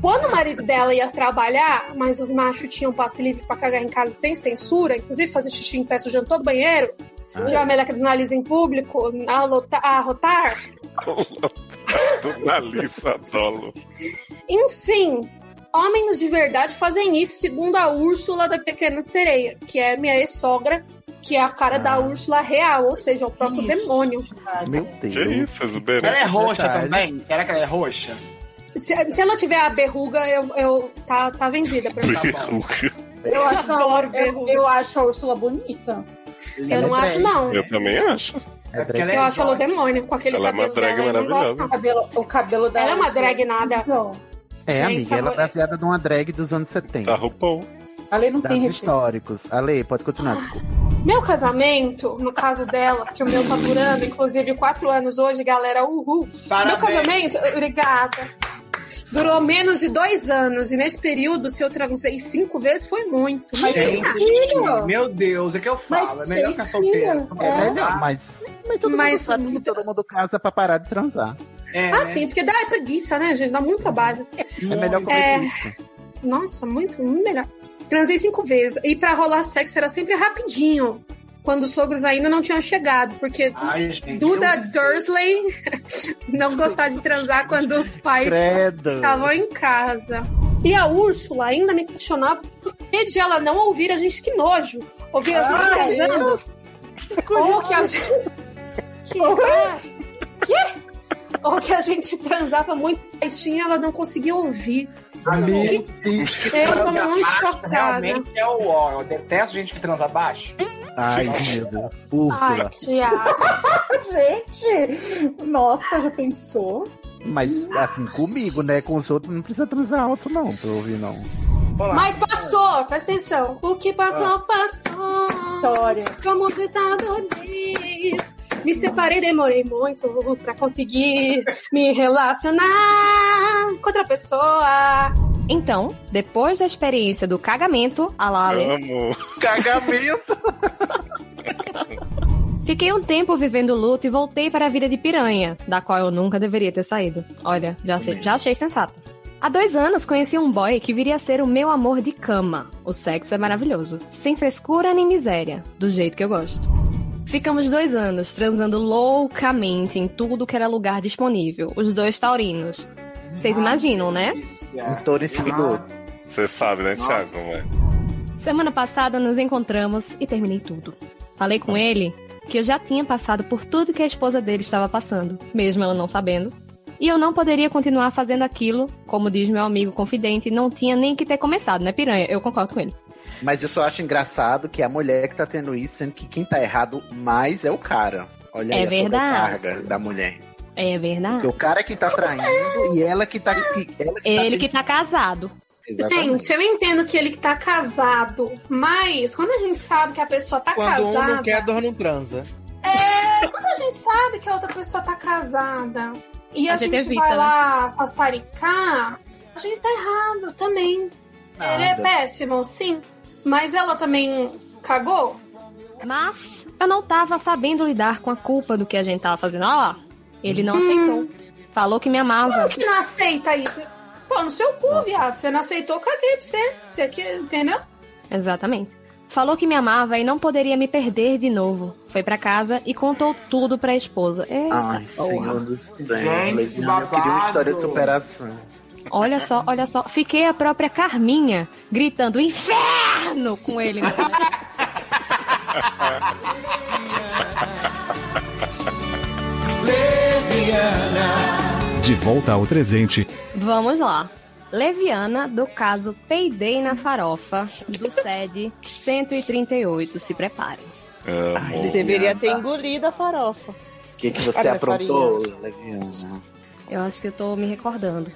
Quando o marido dela ia trabalhar, mas os machos tinham passe livre pra cagar em casa sem censura, inclusive fazer xixi em pé sujando todo o banheiro,
Ah.
tirar a meleca do nariz em público, alota- arrotar,
Do Nalissa Dolo.
Enfim, homens de verdade fazem isso, segundo a Úrsula da Pequena Sereia, que é minha ex-sogra, que é a cara da Úrsula real, ou seja, é o próprio demônio.
Meu Deus.
Que isso, exuberante.
Ela é roxa
Detalhe.
também? Será que ela é roxa?
Se, se ela tiver a berruga, eu, eu- tá, tá vendida pra mim.
Eu
acho-
adoro eu, eu acho a Úrsula bonita.
Eu não acho, não.
Tá Eu também acho.
É
eu acho ela o demônio, com aquele
Ela é uma
cabelo
drag
dela. eu não gosto, não.
O cabelo, o cabelo dela.
Ela é uma drag nada.
É,
Gente,
amiga, ela é
sabor-
baseada numa drag dos anos 70.
tá,
Da
RuPaul.
Ale não
Dados
tem referência.
históricos. Ale, pode continuar, desculpa.
Meu casamento, no caso dela, que o meu tá durando, inclusive, quatro anos hoje, galera, uhul.
Parabéns.
Meu casamento, obrigada. Durou menos de dois anos, e nesse período, se eu transei cinco vezes, foi muito. Mas
Gente,
sem filho.
Meu Deus, é que eu falo.
Mas
é melhor
sem
ficar solteiro.
filho,
É.
É, não, mas, mas todo
Mas-
mundo sabe que todo mundo casa pra parar de transar.
É,
ah, sim, porque dá preguiça, né, gente? Dá muito trabalho.
É melhor comer
É,
isso.
Nossa, muito, muito melhor. Transei cinco vezes. E pra rolar sexo era sempre rapidinho. Quando os sogros ainda não tinham chegado. Porque Duda Dursley não gostava de transar quando os pais
Credo.
tá
estavam em casa. E a Úrsula ainda me questionava por que de ela não ouvir a gente. Que nojo! Ouvir a gente
Ai,
transando. Ou que a gente. Que? Ah, que? Ou que a gente transava muito baixinho e ela não conseguia ouvir. Que Eu tô muito chocada.
Realmente é o ó. Eu detesto gente que transa baixo.
Ai, meu Deus.
é
Úrsula.
né?
Gente, nossa, já pensou?
Mas assim, comigo, né? Com os outros não precisa transar alto, não, pra eu ouvir, não.
Mas passou, presta atenção. O que passou,
Ah.
passou. História. Como o ditado diz. Me separei, demorei muito pra conseguir me relacionar com outra pessoa.
Então, depois da experiência do cagamento, a Lale,
Amo.
Cagamento.
fiquei um tempo vivendo luto e voltei para a vida de piranha, da qual eu nunca deveria ter saído. Olha, já, achei, já achei sensata. Há dois anos conheci um boy que viria a ser o meu amor de cama. O sexo é maravilhoso. Sem frescura nem miséria. Do jeito que eu gosto. Ficamos dois anos transando loucamente em tudo que era lugar disponível. Os dois taurinos. Vocês imaginam, né?
Um touro em cima do outro.
Você sabe, né, Thiago? Não é?
Semana passada nos encontramos e terminei tudo. Falei com ele que eu já tinha passado por tudo que a esposa dele estava passando, mesmo ela não sabendo. E eu não poderia continuar fazendo aquilo, como diz meu amigo confidente, não tinha nem que ter começado, né, piranha? Eu concordo com ele.
Mas eu só acho engraçado que a mulher que tá tendo isso, sendo que quem tá errado mais é o cara. Olha
É
aí
verdade.
a sobrecarga da mulher.
É verdade.
Porque o cara que tá traindo e ela que tá. que- ela que
Ele
tá
que tá casado.
Exatamente.
Gente, eu entendo que ele tá casado, mas quando a gente sabe que a pessoa tá
Quando um
casada.
não quer, dois não transa.
É, quando a gente sabe que a outra pessoa tá casada e a,
A
gente,
gente evita,
vai
né?
lá sassaricar, a gente tá errado também.
Nada.
Ele é péssimo, sim, mas ela também cagou?
Mas eu não tava sabendo lidar com a culpa do que a gente tava fazendo. Olha lá, ele não aceitou. Falou que me amava.
Como que não aceita isso? Pô, no seu cu, viado. Você não aceitou, caguei pra você. Você que, entendeu?
Exatamente. Falou que me amava e não poderia me perder de novo. Foi pra casa e contou tudo pra esposa. Eita.
Ai, senhor do céu.
Gente,
Legiana,
que
eu queria uma história de
babado.
superação.
Olha só, olha só. Fiquei a própria Carminha gritando inferno com ele.
De volta ao presente.
Vamos lá. Leviana, do caso Peidei na Farofa, do SED 138. Se preparem.
Ele deveria ter engolido a farofa.
O que, que
Ah,
você
minha
aprontou, Leviana?
Eu acho que eu tô me recordando.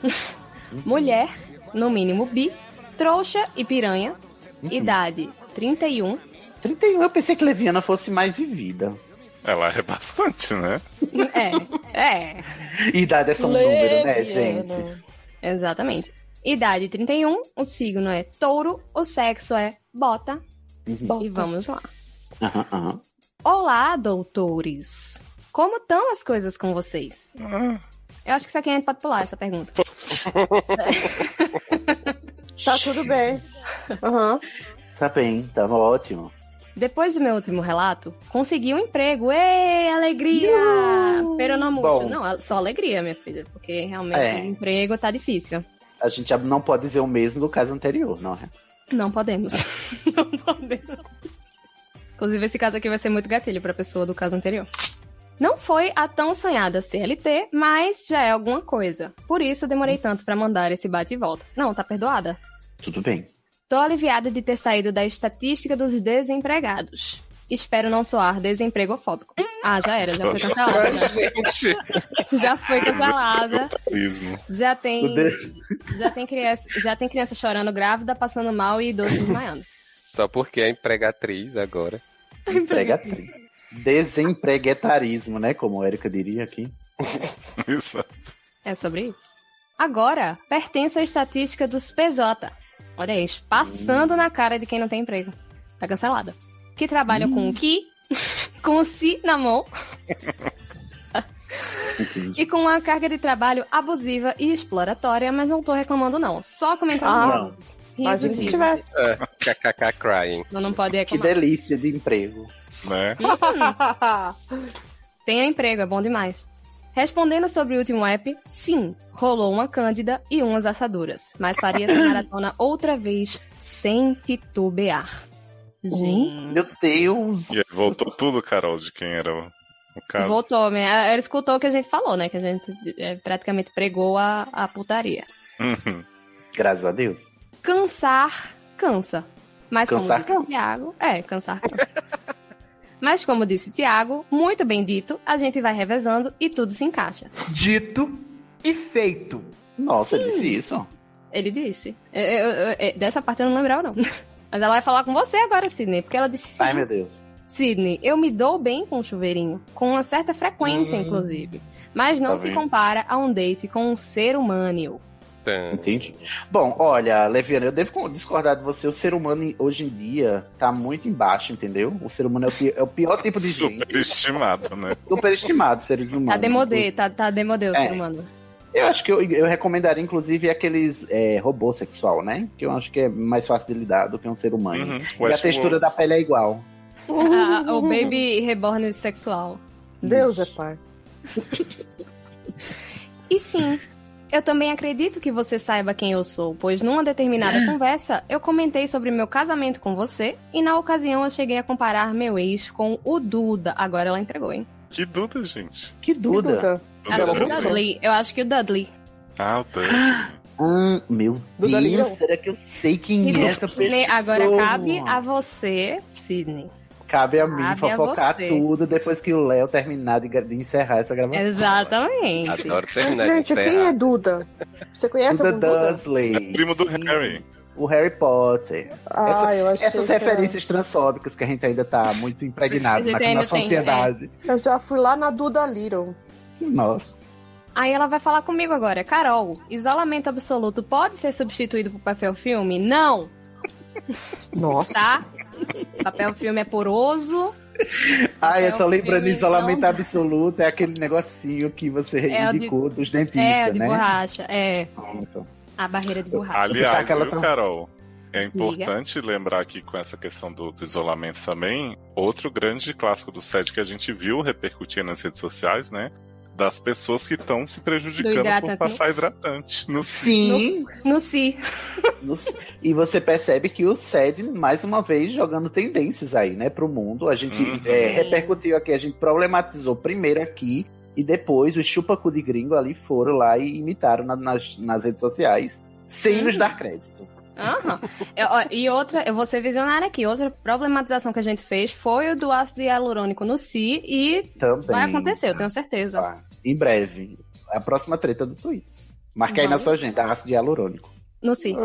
Mulher, no mínimo bi, trouxa e piranha, idade 31.
31, eu pensei que Leviana fosse mais vivida.
Ela é bastante, né?
É, é,
Idade é só um número, né, gente?
exatamente. Idade 31, o signo é touro, o sexo é bota.
Uhum.
E vamos lá.
Aham, aham.
Olá, doutores. Como estão as coisas com vocês? Eu acho que isso aqui a gente pode pular essa pergunta.
Tá tudo bem. Aham.
Tá bem, tava ótimo.
Depois do meu último relato, consegui um emprego. Ei, alegria! Pero não muito.
Bom.
Não, só alegria, minha filha, porque realmente
É.
o emprego tá difícil.
A gente já não pode dizer o mesmo do caso anterior, não é?
Não podemos. não podemos. Inclusive, esse caso aqui vai ser muito gatilho pra pessoa do caso anterior. Não foi a tão sonhada CLT, mas já é alguma coisa. Por isso, demorei tanto pra mandar esse bate e volta. Não, tá perdoada.
Tudo bem.
Tô aliviada de ter saído da estatística dos desempregados. Espero não soar desempregofóbico. Ah, já era, já foi cancelada. né? Já foi cancelada. Já tem, já tem criança, já tem criança chorando grávida, passando mal e idoso desmaiando.
Só porque é empregatriz agora.
Empregatriz. Desempreguetarismo, né? Como a Erika diria aqui.
Isso.
É sobre isso. Agora, pertence à estatística dos PJ. Olha aí, passando na cara de quem não tem emprego. Tá cancelada. Que trabalham com o que, com o si na mão e com uma carga de trabalho abusiva e exploratória, mas não tô reclamando não. Só
Ah, tá.
um comentando. risos.
Mas
risos.
KKK crying.
Não, não pode
Que
reclamar.
delícia de emprego.
Né?
Hum. Tenha emprego, é bom demais. Respondendo sobre o último app, sim, rolou uma cândida e umas assaduras, mas faria essa maratona outra vez sem titubear. Gente,
Meu Deus!
E aí voltou tudo, Carol, de quem era o, o caso.
voltou, né? ela escutou o que a gente falou, né? Que a gente é, praticamente pregou a, a putaria.
Uhum.
Graças a Deus.
Cansar, cansa. Mas como
Cansar,
disse
cansa.
Tiago, é, cansar, cansa. Mas como disse Tiago, muito bem dito, a gente vai revezando e tudo se encaixa.
Dito e feito. Nossa,
Sim.
disse isso.
Ele disse. Eu- eu- eu- eu- dessa parte eu não lembrava, não. Mas ela vai falar com você agora, Sidney, porque ela disse
Ai,
sim.
meu Deus.
Sidney, eu me dou bem com o chuveirinho, com uma certa frequência,
Hum.
inclusive. Mas não
Tá
se
vendo?
compara a um date com um ser humano.
Entendi. Bom, olha, Leviana, eu devo con- discordar de você. O ser humano em- hoje em dia tá muito embaixo, entendeu? O ser humano é o, pi- é o pior tipo de gente.
Superestimado, né?
Superestimado, seres humanos.
Tá demodê, tá, tá demodê o
É.
ser humano.
Eu acho que eu, eu recomendaria, inclusive, aqueles é, robô sexual, né? Que eu acho que é mais fácil de lidar do que um ser humano.
Uhum,
E a
Westworld.
textura da pele é igual. Uh.
Ah, o baby reborn sexual.
Deus é pai.
E sim, eu também acredito que você saiba quem eu sou, pois numa determinada conversa eu comentei sobre meu casamento com você e na ocasião eu cheguei a comparar meu ex com o Duda. Agora ela entregou, hein?
Que Duda, gente.
Que
Duda?
Duda?
Acho que o Dudley. Eu acho que o Dudley.
Ah, o Dudley.
Hum, meu
Duda
Deus,
Ligrão.
será que eu sei quem é essa
Sidney,
pessoa?
Hum. Né, Agora cabe a você, Sidney.
Cabe a mim
Cabe a
fofocar
você.
tudo depois que o Léo terminar de, gra- de encerrar essa gravação.
Exatamente.
Adoro terminar de
Gente, quem
encerrar.
é Duda? Você conhece
Duda
algum Duda?
Dursley.
É primo do Harry.
O Harry Potter.
Ah,
Essa-
eu achei
essas
que era-
referências transfóbicas que a gente ainda tá muito impregnado
A gente
na,
ainda
na
tem, é.
sociedade.
Eu já fui lá na Duda Little.
Nossa.
Aí ela vai falar comigo agora. Carol, isolamento absoluto pode ser substituído por papel filme? Não!
Nossa.
Tá? Papel filme é poroso.
Ai,
É
é só
o
lembrando
filme,
isolamento
então.
absoluto, é aquele negocinho que você
É o de-
indicou dos dentistas,
é, de
né?
borracha. É.
Então.
A barreira de borracha.
Aliás, viu,
tá-
Carol? É importante lembrar aqui com essa questão do, do isolamento também, outro grande clássico do set que a gente viu repercutir nas redes sociais, né? Das pessoas que estão se prejudicando
hidrata-
por passar hidratante. No
Sim.
No si.
E você percebe que o SED, mais uma vez, jogando tendências aí, né, pro mundo. A gente
Uhum.
é, repercutiu aqui, a gente problematizou primeiro aqui e depois os chupacu de gringo ali foram lá e imitaram na- nas, nas redes sociais, sem
Uhum.
nos dar crédito.
Aham. Eu- ó, e outra, eu vou ser visionária aqui. Outra problematização que a gente fez foi o do ácido hialurônico no si e
Também. Tá.
vai acontecer, eu tenho certeza.
Em breve. A próxima treta do Twitter. Marca aí na
Vamos.
sua agenda, ácido hialurônico.
No si.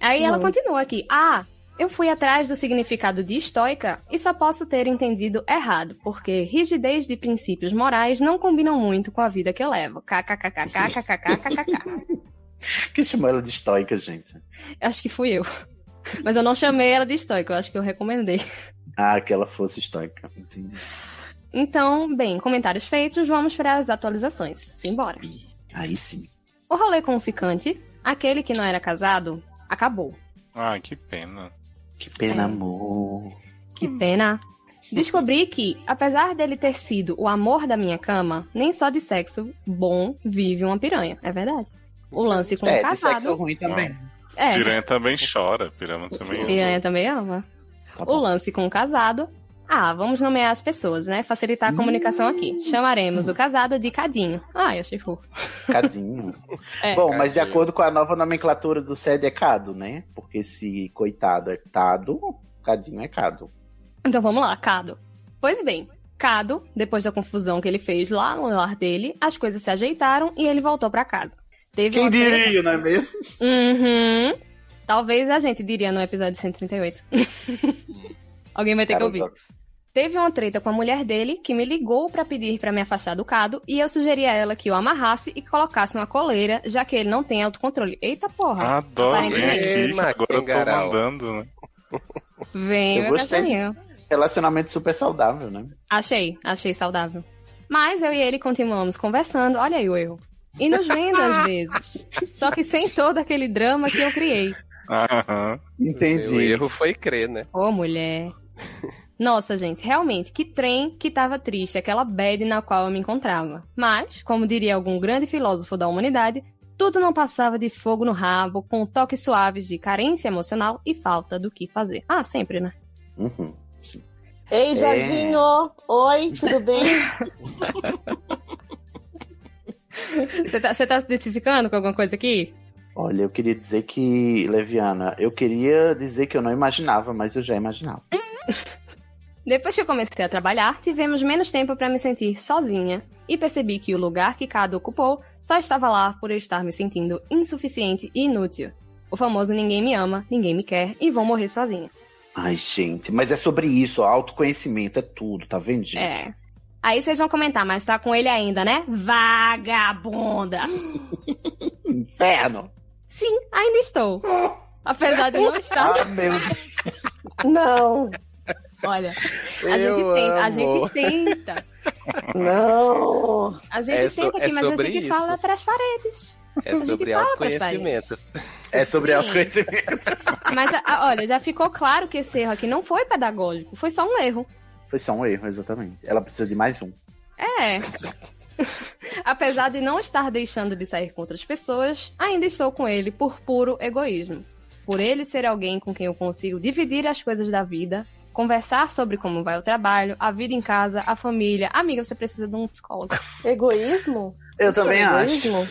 Aí ela
Não.
continua aqui. Ah, eu fui atrás do significado de estoica e só posso ter entendido errado, porque rigidez de princípios morais não combinam muito com a vida que eu levo. KKKKKKKKKKK.
Que chamou ela de estoica, gente.
Acho que fui eu. Mas eu não chamei ela de estoica, eu acho que eu recomendei.
Ah, que ela fosse estoica. Entendi.
Então, bem, comentários feitos, vamos para as atualizações. Simbora.
Aí sim.
O rolê com o ficante, aquele que não era casado, acabou.
Ai, que pena.
Que
É.
pena, amor.
Que pena. Descobri que, apesar dele ter sido o amor da minha cama, nem só de sexo bom vive uma piranha. É verdade. O lance
É,
com o casado. É.
Piranha também chora, piranha também. ama.
Piranha também ama.
Tá
o lance com o casado. Ah, vamos nomear as pessoas, né? Facilitar a comunicação
Hum.
aqui. Chamaremos o casado de Cadinho. Ai, achei fofo.
Cadinho.
É.
Bom, mas de
Cadinho.
acordo com a nova nomenclatura do SED é cado, né? Porque se coitado é tado, cadinho é cado.
Então vamos lá, Cado. Pois bem, Cado, depois da confusão que ele fez lá no lar dele, as coisas se ajeitaram e ele voltou pra casa. Teve
Quem
uma cena-
diria, não é mesmo?
Uhum. Talvez a gente diria no episódio 138. Alguém vai ter
Cara, tá.
que
eu
ouvir. Teve uma treta com a mulher dele que me ligou pra pedir pra me afastar do Cado e eu sugeri a ela que o amarrasse e colocasse uma coleira, já que ele não tem autocontrole. Eita porra.
Adoro, vem
Aparentemente.
aqui, que
Max
agora eu tô
Engarau.
mandando, né?
Vem,
Ah, Eu
meu
gostei.
cachorrinho.
Relacionamento super saudável, né?
Achei, achei saudável. Mas eu e ele continuamos conversando, olha aí o erro. E nos vendo às vezes. Só que sem todo aquele drama que eu criei.
Aham.
Entendi.
O erro foi crer, né?
Ô, mulher. Nossa, gente, realmente, que trem que tava triste, aquela bad na qual eu me encontrava. Mas, como diria algum grande filósofo da humanidade, tudo não passava de fogo no rabo, com toques suaves de carência emocional e falta do que fazer. Ah, sempre, né?
Uhum.
Ei,
É.
Jorginho! Oi, tudo bem?
Você tá, você tá se identificando com alguma coisa aqui?
Olha, eu queria dizer que, Leviana, eu queria dizer que eu não imaginava, mas eu já imaginava.
Depois que eu comecei a trabalhar, tivemos menos tempo para me sentir sozinha e percebi que o lugar que cada ocupou só estava lá por eu estar me sentindo insuficiente e inútil. O famoso ninguém me ama, ninguém me quer e vou morrer sozinha.
Ai, gente, mas é sobre isso, ó, autoconhecimento é tudo, tá vendo, gente?
É. Aí vocês vão comentar, mas tá com ele ainda, né? Vagabunda!
Inferno!
Sim, ainda estou. Apesar de eu não estar.
Ah, meu
Não! Olha, a
Eu
gente tenta, a
amo.
gente tenta.
Não!
A gente
é so-
tenta aqui,
é
mas a
sobre
gente
isso.
fala pras paredes.
É sobre
a gente fala pras paredes.
autoconhecimento.
É sobre
Sim.
autoconhecimento.
Mas, a- a- olha, já ficou claro que esse erro aqui não foi pedagógico, foi só um erro.
Foi só um erro, exatamente. Ela precisa de mais um.
É. Apesar de não estar deixando de sair com outras pessoas, ainda estou com ele por puro egoísmo. Por ele ser alguém com quem eu consigo dividir as coisas da vida, conversar sobre como vai o trabalho, a vida em casa, a família. Amiga, você precisa de um psicólogo.
Egoísmo? é
Eu também
né?
acho.
egoísmo?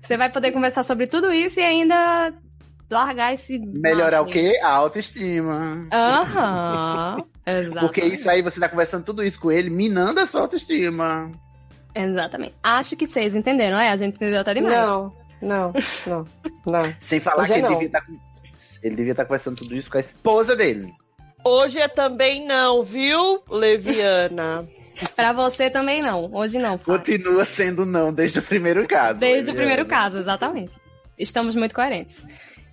Você vai poder conversar sobre tudo isso e ainda largar esse.
Melhorar o
macho.
quê? A autoestima.
Aham. Exato.
Porque isso aí você tá conversando tudo isso com ele, minando a sua autoestima.
Exatamente. Acho que vocês entenderam, é? A gente entendeu até demais.
Não, não, não, não.
Sem falar
Hoje
que
é
ele
não.
devia, estar, ele devia estar conversando tudo isso com a esposa dele.
Hoje é também não, viu, Leviana?
Pra você também não. Hoje não.
Continua sendo não desde o primeiro caso.
Desde o
Leviana.
primeiro caso, exatamente. Estamos muito coerentes.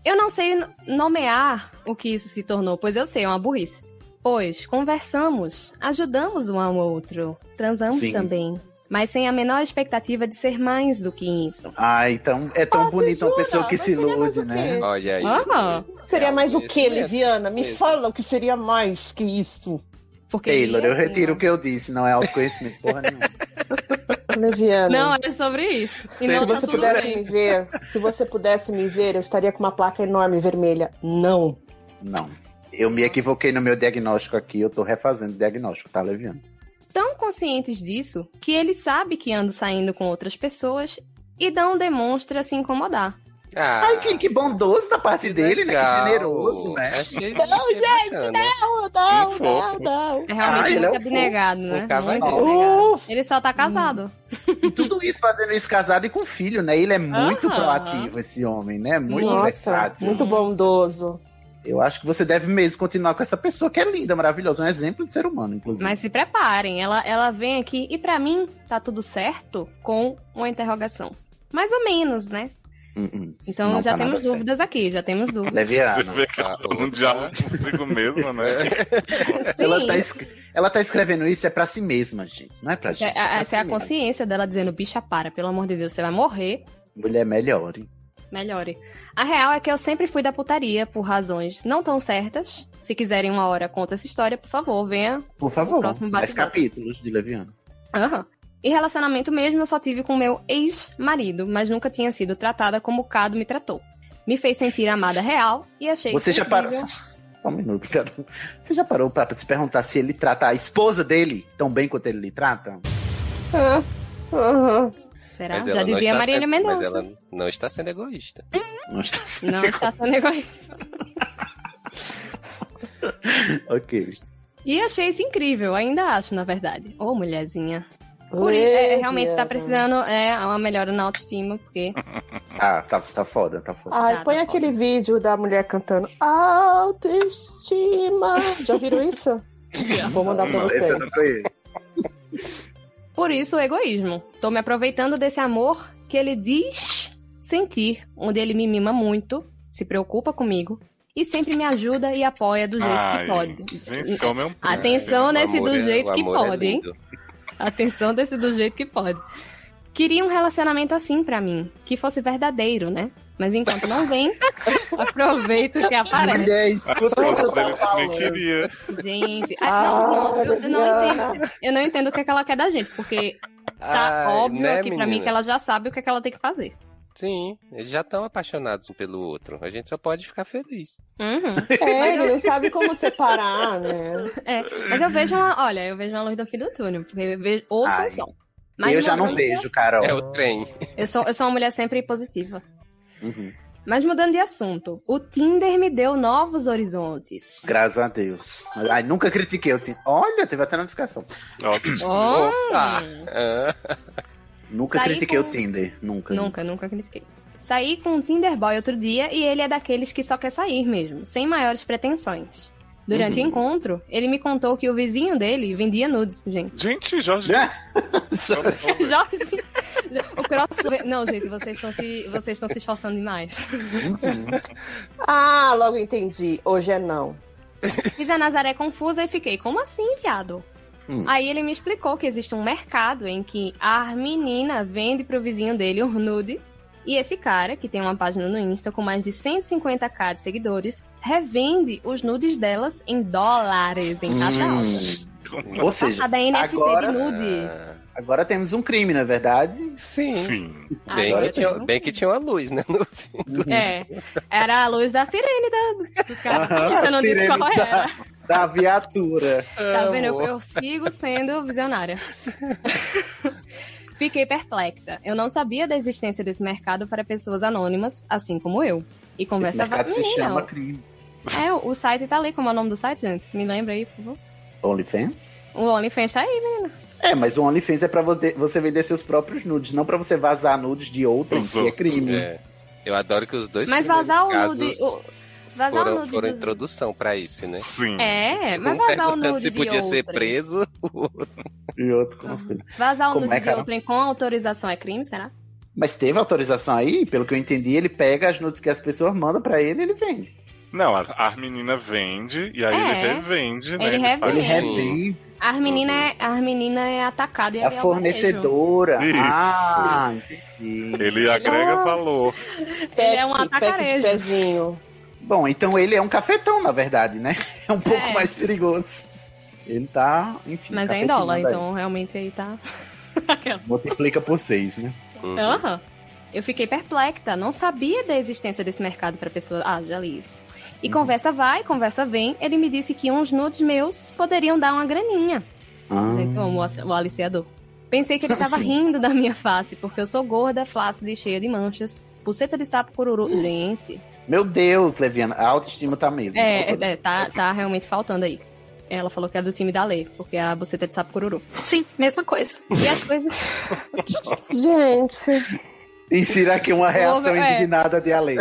Eu não sei n- nomear o que isso se tornou, pois eu sei, é uma burrice. Pois conversamos, ajudamos um ao outro, transamos
Sim.
também, mas sem a menor expectativa de ser mais do que isso.
Ah, então é tão bonita uma pessoa que se ilude, né?
Olha aí. né?
Ah,
Seria mais o
É, isso
que,
mesmo,
Liviana? Me
isso.
fala o que seria mais que isso.
Porque
Taylor, eu retiro o que eu disse, não é autoconhecimento porra nenhuma.
Leviana.
Não, é sobre isso. E
se
não tá
você
tudo
pudesse
bem.
me ver, se você pudesse me ver, eu estaria com uma placa enorme vermelha. Não.
Não. Eu me equivoquei no meu diagnóstico aqui, eu tô refazendo o diagnóstico, tá, Leviano?
tão conscientes disso que ele sabe que ando saindo com outras pessoas e não demonstra se incomodar.
Ah,
Ai, que, que bondoso da parte dele, né? Ah. Que generoso, né?
Não, gente, não, não, não,
fofo.
não.
É realmente
Ah, ele é
muito
um
abnegado,
fofo.
né?
Um cavalo.
Muito
Uh!
abnegado. Ele só tá casado.
E tudo isso fazendo isso casado e com filho, né? Ele é muito
Aham.
proativo, esse homem, né? Muito
Nossa,
versátil.
muito bondoso.
Eu acho que você deve mesmo continuar com essa pessoa que é linda, maravilhosa, um exemplo de ser humano, inclusive.
Mas se preparem, ela, ela vem aqui e pra mim tá tudo certo com uma interrogação. Mais ou menos, né?
Hum, hum.
Então
Não
já
tá nada
temos dúvidas aqui, já temos dúvidas.
Leviana.
Você vê que ela tá num diálogo consigo mesmo, né?
Ela tá, es- ela tá escrevendo isso é pra si mesma, gente. Não é pra
Essa
gente.
é, a-
pra
essa é
si
a
mesma.
consciência dela dizendo, bicha, para, pelo amor de Deus, você vai morrer.
Mulher melhore.
Melhore. A real é que eu sempre fui da putaria por razões não tão certas. Se quiserem uma hora, conta essa história, por favor, venha.
Por favor,
próximo
mais
bate-bola.
capítulos de Leviana.
Aham. E relacionamento mesmo eu só tive com meu ex-marido, mas nunca tinha sido tratada como o Cado me tratou. Me fez sentir amada real e achei
Você já parou.
incrível.
Só um minuto, cara. Você já parou pra se perguntar se ele trata a esposa dele tão bem quanto ele lhe trata?
Ah, aham.
Será?
Mas ela
já
não
dizia
está
Marília
sendo-
Mendonça.
Mas ela não está sendo egoísta.
Não está sendo
Não está sendo egoísta.
ok.
E achei isso incrível, ainda acho, na verdade. Ô, mulherzinha. Por isso, é, é, realmente tá
Leviana.
precisando é, uma melhora na autoestima, porque.
Ah, tá, tá foda, tá
Ah,
foda.
Ai, põe aquele vídeo da mulher cantando autoestima. Já viram isso? Vou mandar pra
Não, esse eu
vocês.
não conheço.
Por isso o egoísmo. Tô me aproveitando desse amor que ele diz sentir, onde ele me mima muito, se preocupa comigo e sempre me ajuda e apoia do jeito
Ai,
que pode.
gente, esse homem é um príncipe.
Atenção
O
nesse
amor
do
é-
jeito
o
que
amor é
pode, hein?
lindo.
Atenção desse do jeito que pode. Queria um relacionamento assim pra mim, que fosse verdadeiro, né? Mas enquanto não vem, aproveito que aparece.
Mulher, escuta
o que eu tô
né?
Ele falando. também queria.
Gente,
Ah,
ah, não, não, eu, eu não
Juliana.
entendo, eu não entendo o que, é que ela quer da gente, porque tá
Ai,
óbvio
né,
aqui pra mim
menina?
que ela já sabe o que, é que ela tem que fazer.
Sim, eles já estão apaixonados um pelo outro. A gente só pode ficar feliz.
É, ele não sabe como separar, né?
Uhum. É, mas eu vejo uma. Olha, eu vejo uma luz do fim do túnel. Porque eu vejo, ouçam
Ai,
só.
eu já não
mudando de
vejo,
assunto-
Carol.
É o trem.
Eu sou, eu sou uma mulher sempre positiva.
Uhum.
Mas mudando de assunto, o Tinder me deu novos horizontes.
Graças a Deus. Ai, nunca critiquei. Eu tinha... Olha, teve até notificação.
Ó.
Ah,
Nunca
Saí
critiquei
com-
o Tinder. Nunca.
Nunca, nunca critiquei. Saí com um Tinder boy outro dia e ele é daqueles que só quer sair mesmo, sem maiores pretensões. Durante o
Uhum.
encontro, ele me contou que o vizinho dele vendia nudes, gente.
Gente, Jorge. é um
Jorge. O crossover. Não, gente, vocês estão se, vocês estão se esforçando demais.
Ah, logo entendi. Hoje é não.
Fiz a Nazaré confusa e fiquei, como assim, viado?
Hum.
Aí ele me explicou que existe um mercado em que a menina vende pro vizinho dele um nude. E esse cara, que tem uma página no Insta com mais de 150k de seguidores, revende os nudes delas em dólares, em taxa alta.
Hum. Ou seja,
A da NFT de
agora...
nude.
Agora temos um crime, não é verdade?
Sim. Bem,
Agora
que tinha,
tem um
bem que tinha uma luz, né? No fim do-
É, era a luz da sirene da, do cara.
Uhum. Aham,
Você não disse
sirene
qual
da,
era.
da viatura.
Tá vendo? Eu, eu sigo sendo visionária. Fiquei perplexa. Eu não sabia da existência desse mercado para pessoas anônimas, assim como eu. E
Esse
conversa
mercado se
Menina,
chama crime.
É, o o site tá ali. Como é o nome do site, gente? Me lembra aí, por favor.
OnlyFans?
O OnlyFans tá aí, menina.
É, mas o OnlyFans é pra vo- você vender seus próprios nudes, não pra você vazar nudes de outros,
Os
que é
outros,
crime.
é. Eu adoro que os dois
Mas
primeiros
vazar o
casos
nude. o- Vazar o
foram,
nude.
foram
dos-
introdução pra isso, né?
Sim.
É, mas vazar
um
o
perguntando
nude
se
de
podia ser
outra.
preso.
E outro com as coisas.
Vazar o
Como
nude
é,
de
Carol?
outrem com autorização é crime, será?
Mas teve autorização aí, pelo que eu entendi, ele pega as nudes que as pessoas mandam pra ele e ele vende.
Não, a, a menina vende e aí
É.
ele revende, né?
Ele
faz
revende.
o-
Ele revende. A menina é, as menina é atacada e
A
ele é o
fornecedora.
Isso.
Ah,
Ele agrega
Nossa.
valor.
varejo. Ele é um atacarejo.
pezinho.
Bom, então ele é um cafetão, na verdade, né? É um pouco
É.
mais perigoso. Ele tá, enfim.
Mas é em
cafetinho,
dólar,
né?
então realmente aí tá.
Multiplica por seis, né?
Uhum.
Aham. Uhum. Eu fiquei perplexa, não sabia da existência desse mercado pra pessoa. Ah, já li isso.
Uhum.
E conversa vai, conversa vem. Ele me disse que uns nudes meus poderiam dar uma graninha.
Ah.
Gente, eu amo o ass- o aliciador. Pensei que ele tava
Sim.
rindo da minha face, porque eu sou gorda, flácida e cheia de manchas. Pulseta de sapo cururu. Gente.
Meu Deus, Leviana, a autoestima tá mesmo.
É, é, tá, tá realmente faltando aí. Ela falou que é do time da lei, porque a buceta de sapo cururu.
Sim, mesma coisa.
E as coisas.
Gente.
Insira aqui uma reação
Houve- é.
indignada de Ale.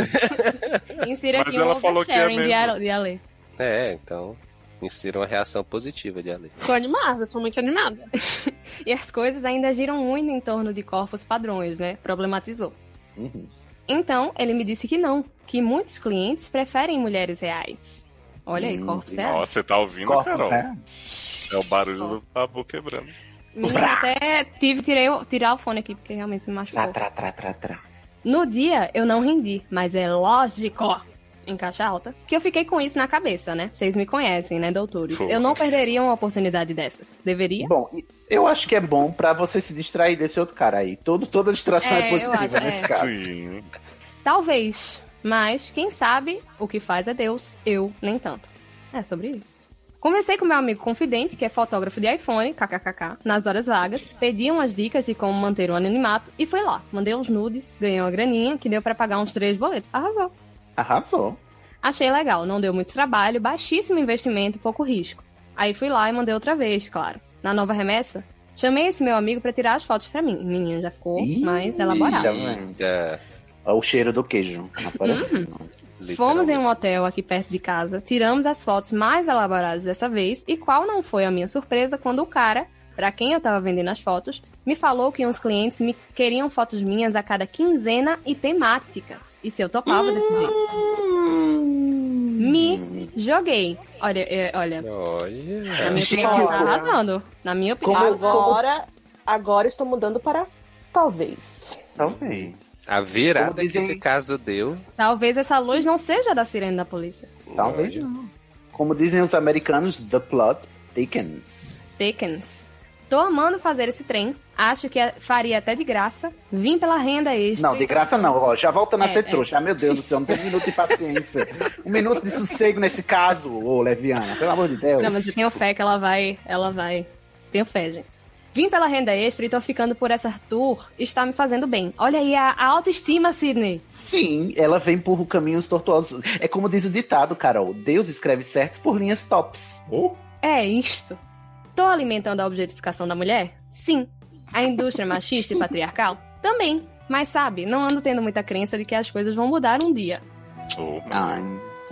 Insira
Mas
aqui
ela
um
falou que é
oversharing de,
mesmo.
Ale- de Ale.
É, então insira uma reação positiva de Ale.
Tô animada, tô muito animada.
E as coisas ainda giram muito em torno de corpos padrões, né? Problematizou. Então, ele me disse que não, que muitos clientes preferem mulheres reais. Olha aí, corpos reais.
Nossa, você tá ouvindo,
Corpos
Carol?
reais.
É o barulho do tabu quebrando.
Menina, até tive tirei, o- tirar o fone aqui, porque realmente me machucou.
Tra, tra, tra, tra.
No dia, eu não rendi, mas é lógico, em caixa alta, que eu fiquei com isso na cabeça, né? Vocês me conhecem, né, doutores?
Pô.
Eu não perderia uma oportunidade dessas. Deveria?
Bom, eu acho que é bom pra você se distrair desse outro cara aí. Todo, toda distração é,
É, eu
positiva
acho,
nesse
é.
caso.
Sim.
Talvez, mas quem sabe o que faz é Deus, eu nem tanto. É sobre isso. Conversei com meu amigo confidente, que é fotógrafo de iPhone, kkkk, nas horas vagas, pedi umas dicas de como manter o anonimato e foi lá. Mandei uns nudes, ganhei uma graninha que deu pra pagar uns três boletos. Arrasou.
Arrasou.
Achei legal, não deu muito trabalho, baixíssimo investimento e pouco risco. Aí fui lá e mandei outra vez, claro. Na nova remessa, chamei esse meu amigo pra tirar as fotos pra mim. Menina, já ficou mais elaborado.
Já vem. Olha o cheiro do queijo. aparecendo.
Hum. Fomos em um hotel aqui perto de casa, tiramos as fotos mais elaboradas dessa vez, e qual não foi a minha surpresa quando o cara, pra quem eu tava vendendo as fotos, me falou que uns clientes me queriam fotos minhas a cada quinzena e temáticas. E se eu topava desse jeito? Me joguei. Olha, é, olha.
Olha.
Na minha opinião, ela tá arrasando. Na minha opinião.
Agora, agora estou mudando para talvez.
Talvez.
A virada
Como dizem-
que esse caso deu.
Talvez essa luz não seja da sirene da polícia.
Talvez não. Como dizem os americanos, the plot thickens.
Dickens. Tô amando fazer esse trem. Acho que é- faria até de graça. Vim pela renda extra.
Não, de graça não, ó. Já volta na
É,
ser
é.
trouxa. Ah, meu Deus do céu, não tem um minuto de paciência. um minuto de sossego nesse caso, ô Leviana. Pelo amor de Deus.
Não, mas eu tenho fé que ela vai. Ela vai. Tenho fé, gente. Vim pela renda extra e tô ficando por essa tour. Está me fazendo bem. Olha aí a, a autoestima, Sidney.
Sim, ela vem por caminhos tortuosos. É como diz o ditado, Carol. Deus escreve certos por linhas tops.
É isto. Tô alimentando a objetificação da mulher? Sim. A indústria machista e patriarcal? Também. Mas sabe, não ando tendo muita crença de que as coisas vão mudar um dia.
Ai,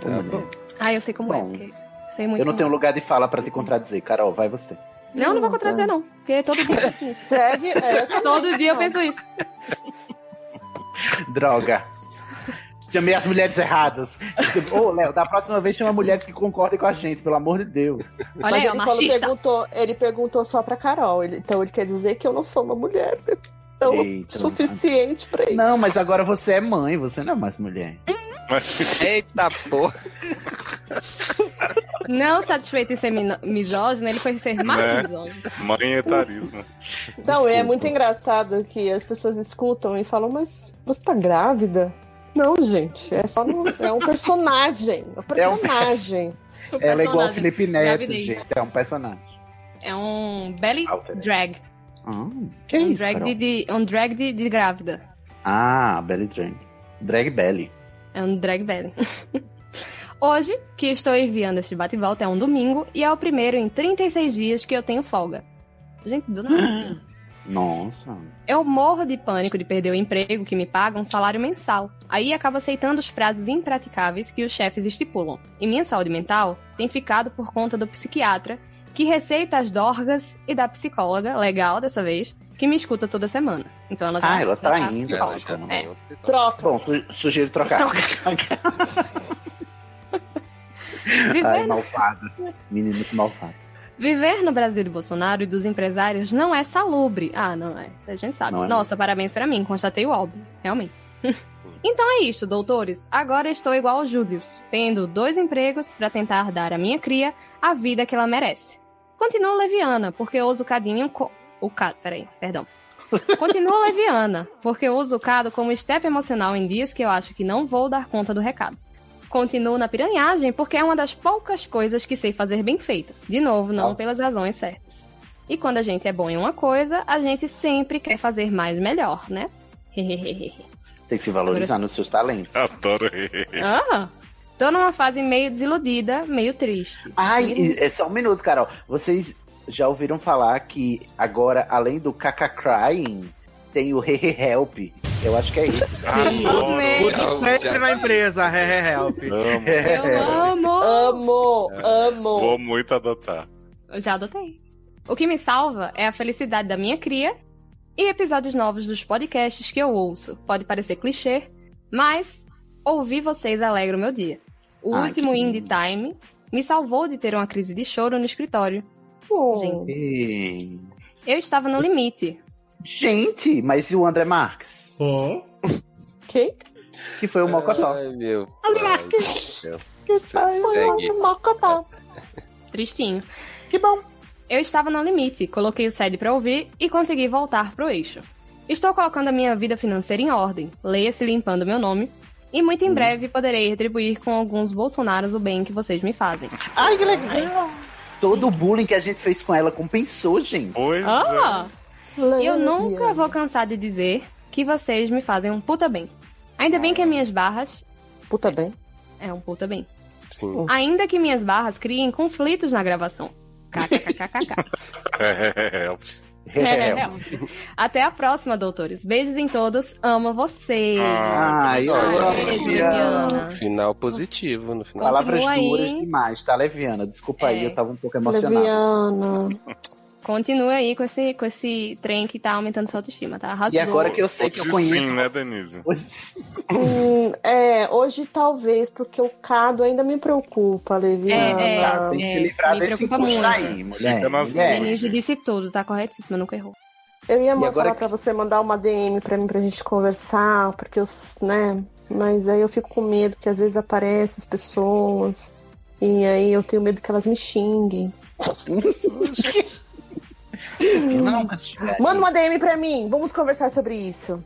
tá bom.
Ah, eu sei como é.
Bom.
porque Sei muito
eu não
como
tenho
é.
lugar de fala pra te contradizer, Carol. Vai você.
Não, não vou contradizer, não. Porque todo dia eu penso isso.
Segue. é, eu
todo
também,
dia eu
não.
penso isso.
Droga. Chamei as mulheres erradas. Ô, Léo, da próxima vez chama mulheres que concordem com a gente, pelo amor de Deus.
Mas ele falou-
é
perguntou, ele perguntou só pra Carol. ele- então ele quer dizer que eu não sou uma mulher tão
Eita.
suficiente pra ele.
Não, mas agora você é mãe, você não é mais mulher.
Eita porra!
Não satisfeito em ser mino- misógino, ele foi ser mais
Né?
misógino.
Mãe e etarismo.
Não, é muito engraçado que as pessoas escutam e falam, mas você tá grávida? Não, gente, é só um, é um personagem. É um personagem.
Ela é igual o
um personagem.
Felipe Neto,
Gravidez.
gente. É um personagem.
É um belly
é.
drag.
Ah, que
um,
isso,
drag
Carol?
de, de- um drag de, de grávida.
Ah, belly drag. Drag belly.
É um drag belly. Hoje, que estou enviando este bate-volta, é um domingo e é o primeiro em 36 dias que eu tenho folga. Gente, do nada.
Nossa.
Eu morro de pânico de perder o emprego que me paga um salário mensal. Aí acabo aceitando os prazos impraticáveis que os chefes estipulam. E minha saúde mental tem ficado por conta do psiquiatra, que receita as dorgas, e da psicóloga, legal dessa vez, que me escuta toda semana. Então ela já-
Ah, ela tá
já
indo.
troca.
ela já não-
É.
Troca. Bom, su- sugiro trocar. Ai, tá
Viver, no,
malvadas. Meninos malvados.
viver no Brasil do Bolsonaro e dos empresários não é salubre. Ah, não é. Isso a gente sabe.
Não é
Nossa, parabéns pra mim. Constatei o óbvio. Realmente. Então é isto, doutores. Agora estou igual ao Július, tendo dois empregos pra tentar dar à minha cria a vida que ela merece. Continuo leviana, porque uso o cadinho co... O cado, peraí, perdão. Continuo leviana, porque uso o cado como step emocional em dias que eu acho que não vou dar conta do recado. Continuo na piranhagem porque é uma das poucas coisas que sei fazer bem feito. De novo, não pelas razões certas. E quando a gente é bom em uma coisa, a gente sempre quer fazer mais melhor, né?
Tem que se valorizar nos seus talentos.
Adoro.
ah, tô numa fase meio desiludida, meio triste.
Ai, e- é só um minuto, Carol. Vocês já ouviram falar que agora, além do Kaka Crying, tem o Hehe Help. Eu acho que é isso.
Uso sempre na empresa, Hehe Help.
É.
Amo!
Amo! Amo!
Vou muito adotar.
Eu já adotei. O que me salva é a felicidade da minha cria e episódios novos dos podcasts que eu ouço. Pode parecer clichê, mas ouvir vocês alegra o meu dia. O
Ai,
último
que
Indie Time me salvou de ter uma crise de choro no escritório. Gente,
E-
eu estava no limite.
Gente, mas e o André Marques?
Quem?
Que foi o
É.
Mocotó.
Ai, meu.
Foi
Segue.
um mocotó. Tristinho. Que bom. Eu estava no limite, coloquei o sede pra ouvir e consegui voltar pro eixo. Estou colocando a minha vida financeira em ordem, leia-se limpando meu nome, e
Hum.
muito em breve poderei retribuir com alguns Bolsonaros o bem que vocês me fazem.
Ai, que legal! Todo o bullying que a gente fez com ela compensou, gente.
Pois
Ah!
é.
Eu nunca vou cansar de dizer que vocês me fazem um puta bem. Ainda bem que as minhas barras.
Puta bem?
É um puta bem.
Sim.
Ainda que minhas barras criem conflitos na gravação. KKKKK.
é. Help.
É.
É. Até a próxima, doutores. Beijos em todos. Amo vocês.
Ah, Ai, olha,
beijo,
Juliana.
Juliana.
Final positivo no final.
Palavras
Continua aí.
duras demais, tá, Leviana? Desculpa aí,
É.
eu tava um pouco emocionado.
Continue aí com esse, com esse trem que tá aumentando sua autoestima, tá? Arrasou.
E agora que eu sei que eu conheço.
Sim, né, Denise?
Hum, é, hoje talvez, porque o Cado ainda me preocupa, Leviana.
É, é,
tá, Tem que se livrar desse embuste aí, mulher.
Fica nas
mulher.
Denise disse tudo, tá corretíssimo, nunca errou.
Eu ia
E
mandar
agora-
pra você mandar uma DM pra mim pra gente conversar, porque eu, s- né? Mas aí eu fico com medo, que às vezes aparecem as pessoas. E aí eu tenho medo que elas me xinguem. Manda uma DM pra mim, vamos conversar sobre isso.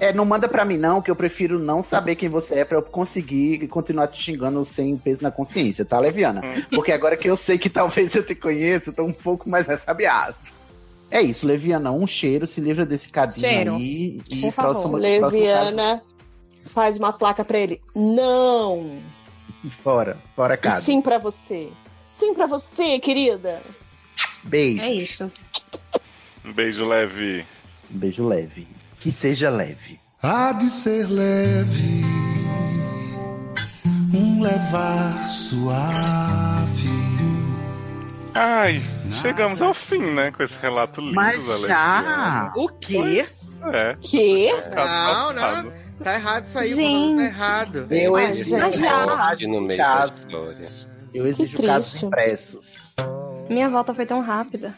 É, não manda pra mim não, que eu prefiro não saber quem você é pra eu conseguir continuar te xingando sem peso na consciência, tá, Leviana?
Hum.
Porque agora que eu sei que talvez eu te conheça, eu tô um pouco mais ressabiado. É isso, Leviana, um cheiro, se livra desse cadinho
Cheiro.
aí. E
Por
próximo-
favor,
próximo
Leviana, faz uma placa pra ele. Não!
caso- Fora, fora
E
casa.
sim pra você. Sim pra você, querida.
Beijo.
É.
isso.
Um beijo leve.
Um beijo leve. Que seja leve.
Há de ser leve, um levar suave.
Ai, chegamos ao fim, né, com esse relato lindo
Mas
da
já?
Leviana.
O quê?
Pois É.
Que?
Não, não. Tá errado isso aí,
Gente.
mano. Tá errado.
Eu
Mas,
exijo
gente,
Morde no meio da
Caso.
história.
Eu exijo casos impressos.
Minha volta foi tão rápida.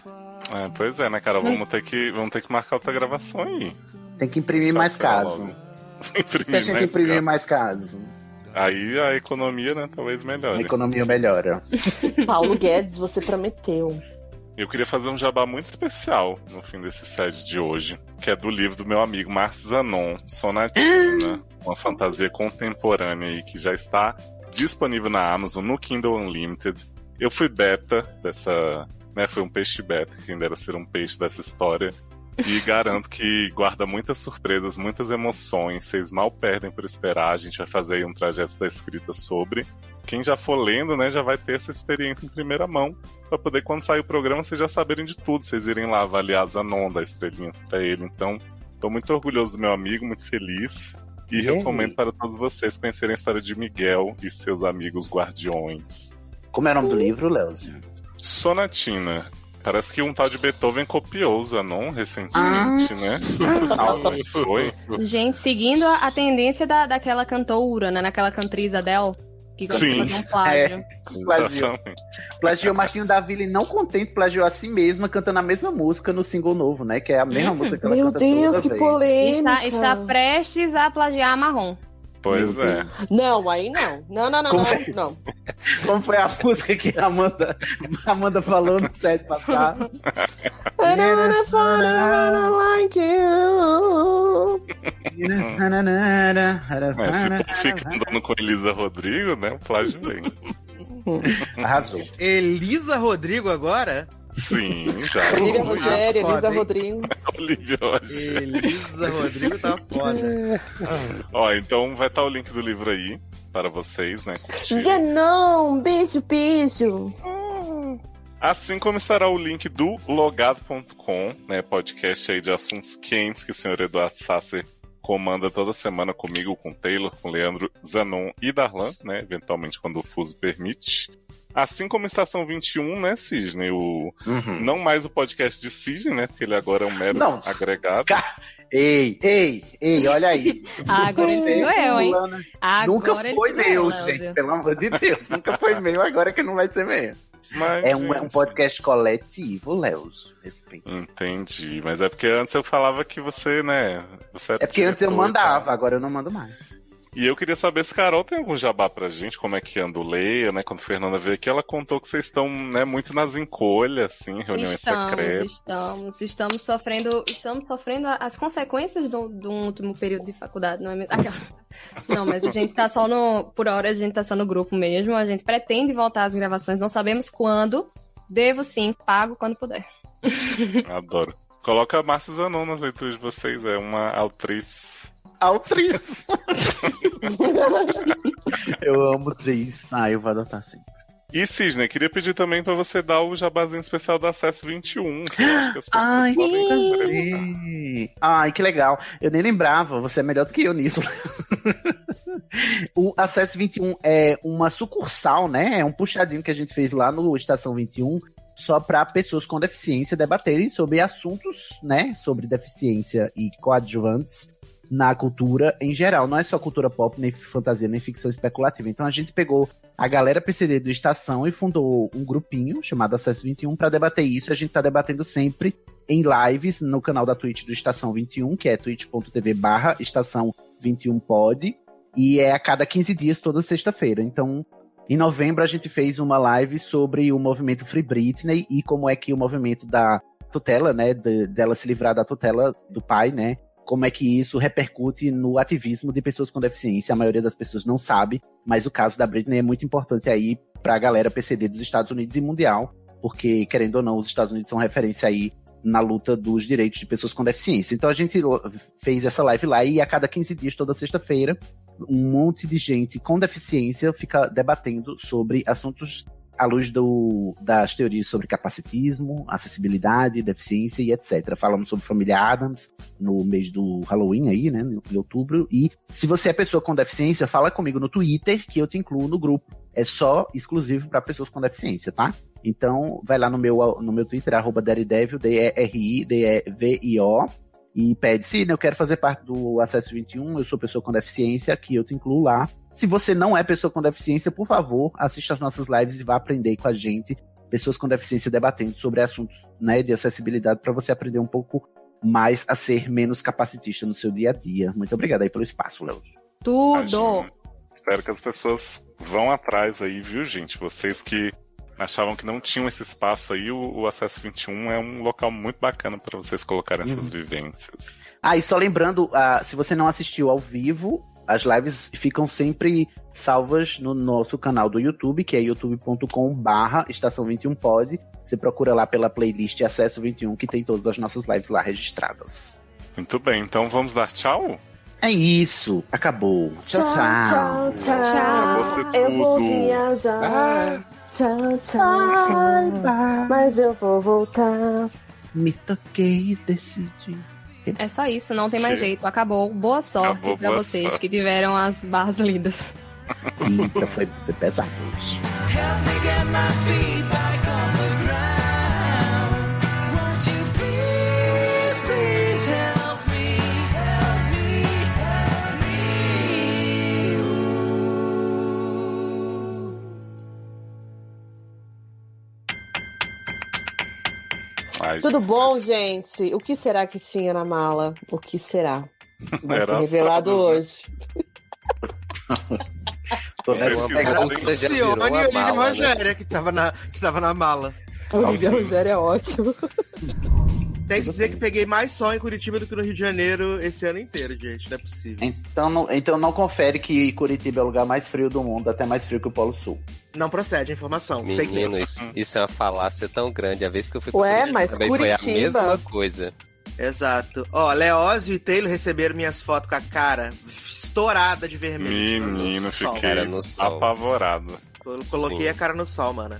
É, pois é, né, cara? Vamos ter, que, vamos ter que marcar outra gravação aí.
Tem que imprimir
Só
mais
pra
caso.
logo.
Se a
imprimir
gente
mais
imprimir
caso.
mais caso,
Aí a economia, né, talvez melhore.
a economia melhora.
Paulo Guedes, você prometeu.
Eu queria fazer um jabá muito especial no fim desse site de hoje, que é do livro do meu amigo Márcio Zanon, Sonatina, uma fantasia contemporânea aí que já está disponível na Amazon, no Kindle Unlimited. Eu fui beta dessa, né, foi um peixe beta, quem dera ser um peixe dessa história. E garanto que guarda muitas surpresas, muitas emoções. Vocês mal perdem por esperar. A gente vai fazer aí um trajeto da escrita sobre. Quem já for lendo, né, já vai ter essa experiência em primeira mão. Pra poder, quando sair o programa, vocês já saberem de tudo. Vocês irem lá avaliar Zanon, dar estrelinhas pra ele. Então, tô muito orgulhoso do meu amigo, muito feliz. E
Yay.
recomendo para todos vocês conhecerem a história de Miguel e seus amigos guardiões.
Como é o nome do livro, Léo?
Sonatina. Parece que um tal de Beethoven copiou o Zanon recentemente, né? Não sei
Ah.
como é que foi.
Gente, seguindo a, a tendência da, daquela cantora, né? Naquela cantriz Adele, que
Sim.
cantou com plágio.
É. Plagiou. Plagiou Martinho da Vila e não contente, plagiou a si mesma cantando a mesma música no single novo, né? Que é a mesma
Hum.
música que ela
Meu
canta
Deus,
toda
que
vez.
Está, está prestes a plagiar marrom.
Pois é.
Não, aí não. Não, não, não,
Como
não.
é?
não.
Como foi a música que a Amanda, a Amanda falou no set passado?
I don't wanna fall around like you.
É, se tu fica andando com Elisa Rodrigo, né? O plágio vem.
Arrasou.
Elisa Rodrigo agora?
Sim, já.
Olivia Rogério, Elisa Rodrigo.
Olivia Rogério.
Elisa Rodrigo tá foda.
Ó, então vai estar o link do livro aí para vocês, né? curtir.
Zenon, beijo, beijo.
Assim como estará o link do logado.com, né? Podcast aí de assuntos quentes que o senhor Eduardo Sasser comanda toda semana comigo, com o Taylor, com o Leandro, Zanon e Darlan, né? Eventualmente quando o fuso permite. Assim como Estação 21, né, Cisne? O... Não mais o podcast de Cisne, né? Porque ele agora é um mero
Hum. Não.
agregado.
Ei, ei, ei, olha aí.
Ah, Agora ele
Você,
sendo eu, hein?
fulana,
Agora
nunca
ele
foi
sendo
meu,
ela,
gente.
Elza.
Pelo amor de Deus, nunca foi meu, agora que não vai ser meu.
Mas,
é, um, é um
gente.
podcast coletivo, Leoz. Respeito.
Entendi. Mas é porque antes eu falava que você, né? Você
É porque antes eu
diretor e tal.
mandava, agora eu não mando mais.
E eu queria saber se Carol tem algum jabá pra gente, como é que anda o Leia, né? Quando a Fernanda veio aqui, ela contou que vocês estão né, muito nas encolhas, assim, reuniões secretas.
estamos, estamos sofrendo, estamos sofrendo as consequências do, do último período de faculdade, não é mesmo? Aquelas. Não, mas a gente tá só no, por hora a gente tá só no grupo mesmo, a gente pretende voltar às gravações, não sabemos quando, devo sim, pago quando puder.
Adoro. Coloca Márcio Zanon nas leituras de vocês, é uma atriz.
Altriz! eu amo Tris. Ah, eu vou adotar sim.
E Cisne, queria pedir também pra você dar o jabazinho especial do Acesso 21, que eu acho que as pessoas
Ai,
podem se
sim.
interessar.
Ai, que legal. Eu nem lembrava, você é melhor do que eu nisso. o Acesso 21 é uma sucursal, né? É um puxadinho que a gente fez lá no Estação 21, só para pessoas com deficiência debaterem sobre assuntos, né? Sobre deficiência e coadjuvantes na cultura em geral. Não é só cultura pop, nem fantasia, nem ficção especulativa. Então a gente pegou a galera PCD do Estação e fundou um grupinho chamado Acesso 21 para um debater isso. A gente tá debatendo sempre em lives no canal da Twitch do Estação 21, que é twitch.tv barra estação 21 pod. E é a cada 15 dias, toda sexta-feira. Então, em novembro, a gente fez uma live sobre o movimento Free Britney e como é que o movimento da tutela, né, de- dela se livrar da tutela do pai, né, como é que isso repercute no ativismo de pessoas com deficiência. A maioria das pessoas não sabe, mas o caso da Britney é muito importante aí pra galera PCD dos Estados Unidos e mundial, porque, querendo ou não, os Estados Unidos são referência aí na luta dos direitos de pessoas com deficiência. Então a gente lo- fez essa live lá e a cada 15 dias, toda sexta-feira, um monte de gente com deficiência fica debatendo sobre assuntos à luz do, das teorias sobre capacitismo, acessibilidade, deficiência e etc. Falamos sobre família Adams no mês do Halloween aí, né, em outubro. E se você é pessoa com deficiência, fala comigo no Twitter que eu te incluo no grupo. É só exclusivo para pessoas com deficiência, tá? Então, vai lá no meu, no meu Twitter, arroba Daredevil, D-E-R-I-D-E-V-I-O, e pede se eu quero fazer parte do Acesso 21, eu sou pessoa com deficiência, que eu te incluo lá. Se você não é pessoa com deficiência, por favor, assista as nossas lives e vá aprender com a gente, pessoas com deficiência debatendo sobre assuntos né, de acessibilidade, para você aprender um pouco mais a ser menos capacitista no seu dia a dia. Muito obrigado aí pelo espaço, Léo.
Tudo!
Espero que as pessoas vão atrás aí, viu, gente? Vocês que achavam que não tinham esse espaço aí, o, o Acesso 21 é um local muito bacana para vocês colocarem essas vivências.
Ah, e só lembrando, ah, se você não assistiu ao vivo, as lives ficam sempre salvas no nosso canal do YouTube, que é youtube.com barra estação 21 pod. Você procura lá pela playlist Acesso 21, que tem todas as nossas lives lá registradas.
Muito bem, então vamos dar tchau?
É isso, acabou. Tchau, tchau.
Tchau, tchau.
Tchau.
Eu vou
Tudo.
viajar. Ah. Tchau, tchau, tchau. Mas eu vou voltar.
Me toquei e decidi.
É só isso, não tem mais
Que-
jeito, acabou. Boa sorte
Acabou,
pra
boa
vocês
sorte.
que tiveram as barras lidas.
Eita, foi, foi pesado.
Help me get my feet back on the ground.
Ai,
Tudo
gente,
bom, gente? O que será que tinha na mala? O que será? Vai
Era né?
ser revelado
as fraldas,
hoje.
Vocês
Uma
quiserem-
Então,
bolsa já virou
Sione e
uma
Aline
mala, né?
Rogéria,
que tava na, que tava na mala.
Tá
O Olivia
assim.
Rogério é ótimo.
Tem que dizer que peguei mais sol em Curitiba do que no Rio de Janeiro esse ano inteiro, gente. Não é possível.
Então não, então não confere que Curitiba é o lugar mais frio do mundo, até mais frio que o Polo Sul.
Não procede a informação. Fake
Menino,
news.
isso, isso é uma falácia tão grande. A vez que eu fui
Ué,
Curitiba
mas
também foi a
Curitiba-
mesma coisa.
Exato. Ó, Leózio e Taylor receberam minhas fotos com a cara estourada de vermelho.
Menino,
Sol.
fiquei
Cara no sol.
apavorado.
Eu coloquei a cara no sol, mano.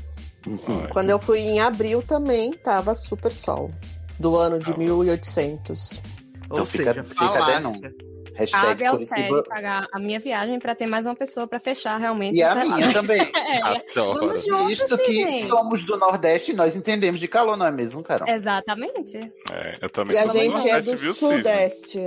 Quando eu fui em abril também, tava super sol. Do ano
Tá
de 1800.
Ou
fica-
seja,
fica
falácia.
denúncia.
Cabe ao
Curitiba-
sério pagar a minha viagem pra ter mais uma pessoa pra fechar realmente
E
essa
a minha
lista.
também.
É. Vamos juntos,
Visto que
Sidney.
somos do Nordeste, nós entendemos de calor, não é mesmo, Carol?
Exatamente.
É, eu também
E a
sou
gente é
Nordeste,
do
viu, Sidney?
Sudeste.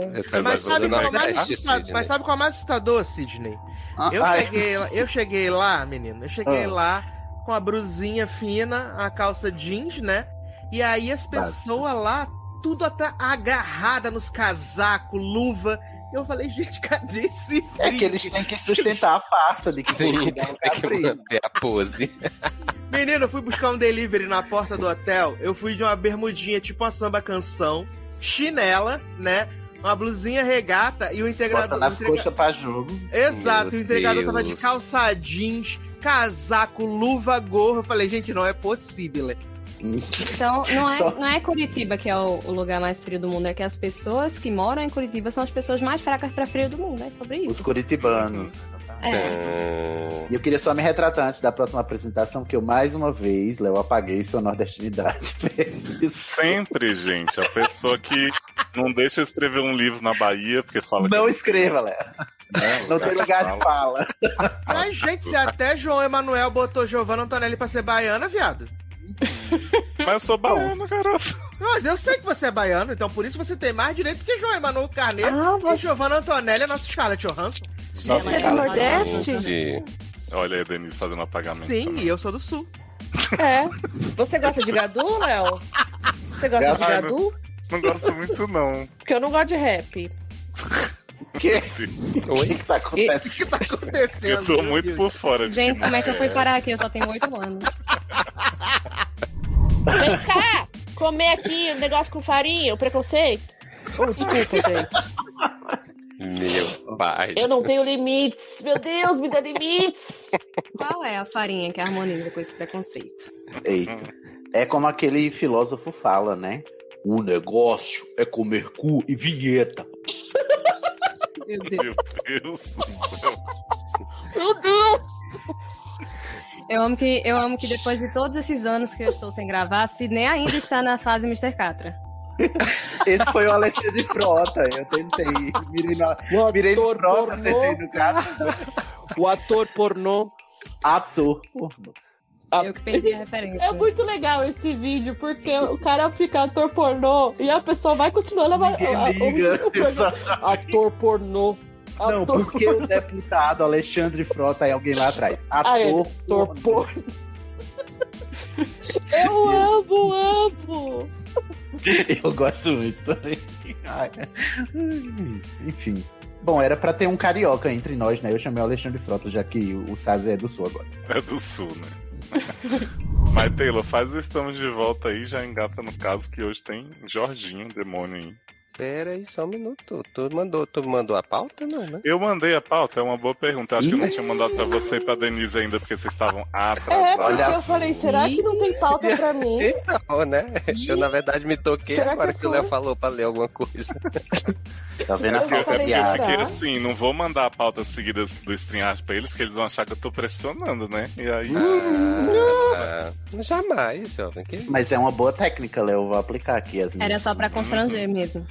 Mas sabe, qual é o mais assustador,
Sidney?
mas
né?
sabe qual é o mais assustador, Sidney?
Ah,
eu,
ai.
cheguei, lá- eu cheguei lá, menino, eu cheguei
Ah.
lá com a brusinha fina, a calça jeans, né? E aí as pessoas lá, tudo até agarrada nos casacos, luva. Eu falei, gente, cadê esse frio?
É que eles têm que sustentar a farsa de que
Sim,
Curitiba é um
tem
lugar
que
frio.
manter a pose.
Menino, eu fui buscar um delivery na porta do hotel. Eu fui de uma bermudinha, tipo uma samba canção, chinela, né? Uma blusinha regata e o
Bota
integrador.
nas
o entrega-
coxas pra jogo.
Exato,
Meu
o entregador tava de
Deus.
calça jeans, casaco, luva, gorro. Eu falei, gente, não é possível.
Então, não é,
Só-
não é Curitiba que é o, o lugar mais frio do mundo, é que as pessoas que moram em Curitiba são as pessoas mais fracas pra frio do mundo. É sobre
Os
isso.
curitibanos.
É.
E eu queria só me retratar antes da próxima apresentação, porque eu mais uma vez, Léo, apaguei sua nordestinidade.
Sempre, gente, a pessoa que não deixa eu escrever um livro na Bahia porque fala
Não
que... né,
escreva, Léo. Não tem lugar de fala.
Mas, gente, se até João Emanuel botou Giovanna Antonelli pra ser baiana, viado.
Mas eu sou baiano, garoto.
Mas eu sei que você é baiano, então por isso você tem mais direito que João Emanuel Carneiro
Ah,
e Giovanna Antonelli, a nossa Scarlett Johansson.
Nossa,
Você é do
cara,
Nordeste?
gente. assim. Olha aí, Denise fazendo apagamento.
Sim, e eu sou do Sul.
É. Você gosta de Gadu, Léo? Você gosta de
Ai,
Gadu?
Não, não gosto muito, não.
Porque eu não gosto de rap.
Que?
Oi?
O que tá acontecendo?
Eu tô muito por fora de
Gente, como é que eu fui
É.
parar aqui? Eu só tenho oito anos.
Vem cá! Comer aqui um negócio com farinha, o preconceito. Oh, desculpa, gente.
Meu pai.
Eu não tenho limites. Meu Deus, me dá limites.
Qual é a farinha que harmoniza com esse preconceito?
Eita.
Hum.
É como aquele filósofo fala, né? O negócio é comer cu e vinheta.
Meu
Deus. Meu Deus do céu.
Meu Deus!
Eu amo que, eu amo que depois de todos esses anos que eu estou sem gravar, Sidney ainda está na fase Mr. Catra.
Esse foi o Alexandre Frota. Eu tentei. Mirei, na, mirei no Frota, acertei no cara.
O ator pornô.
Ator
Ah,
pornô.
Eu que perdi a referência.
É muito legal esse vídeo, porque o cara fica ator pornô e a pessoa vai continuando a. a-
Ninguém liga.
o- o pornô.
Ator pornô.
Não,
Ator
porque o deputado Alexandre Frota é alguém lá atrás.
Ah, é.
Ator
Ator
pornô.
Eu amo, amo!
Eu gosto muito também. Ai. Enfim. Bom, era pra ter um carioca entre nós, né? Eu chamei o Alexandre Frota, já que o Sazé é do Sul agora.
É do Sul, né? Mas, Taylor, faz o Estamos de Volta aí, já engata no caso que hoje tem Jorginho, demônio aí.
Pera aí, só um minuto. Tu mandou, tu mandou a pauta, não, né?
Eu mandei a pauta, é uma boa pergunta. Acho que eu não tinha mandado pra você e pra Denise ainda, porque vocês estavam
É,
atrasados.
porque eu falei, será que não tem pauta pra mim?
Não, né? Eu, na verdade, me toquei
Será que
agora que, o
foi?
Léo falou pra ler alguma coisa.
Tá vendo
É
a
porque
falta de
eu fiquei
ar?
assim, não vou mandar a pauta seguida do StreamYard pra eles, que eles vão achar que eu tô pressionando, né? E aí.
Ah, jamais, jovem. Que...
Mas é uma boa técnica, Léo. Eu vou aplicar aqui as minhas.
Era só pra constranger mesmo.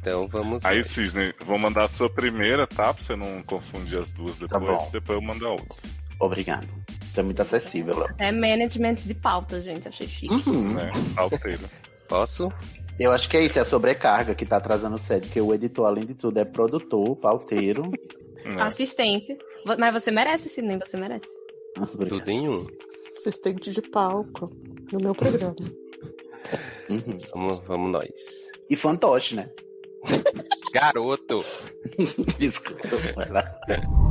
Então vamos.
Aí, Cisne, vou mandar a sua primeira, tá? Pra você não confundir as duas depois.
bom.
depois eu mando a outra.
Obrigado. Isso é muito acessível, Léo. Uhum.
É management de pauta, gente. Achei
Hum?
chique.
Né? Pauteiro.
Posso?
Eu acho que é isso, é a sobrecarga que tá atrasando o set, porque o editor, além de tudo, é produtor, pauteiro.
Assistente. Vo- Mas você merece, Sidney, você merece.
Tudo
em um.
Assistente de palco.
no meu programa.
Vamos, vamos nós.
Uhum. E fantoche, né?
Garoto.
Desculpa. vai lá.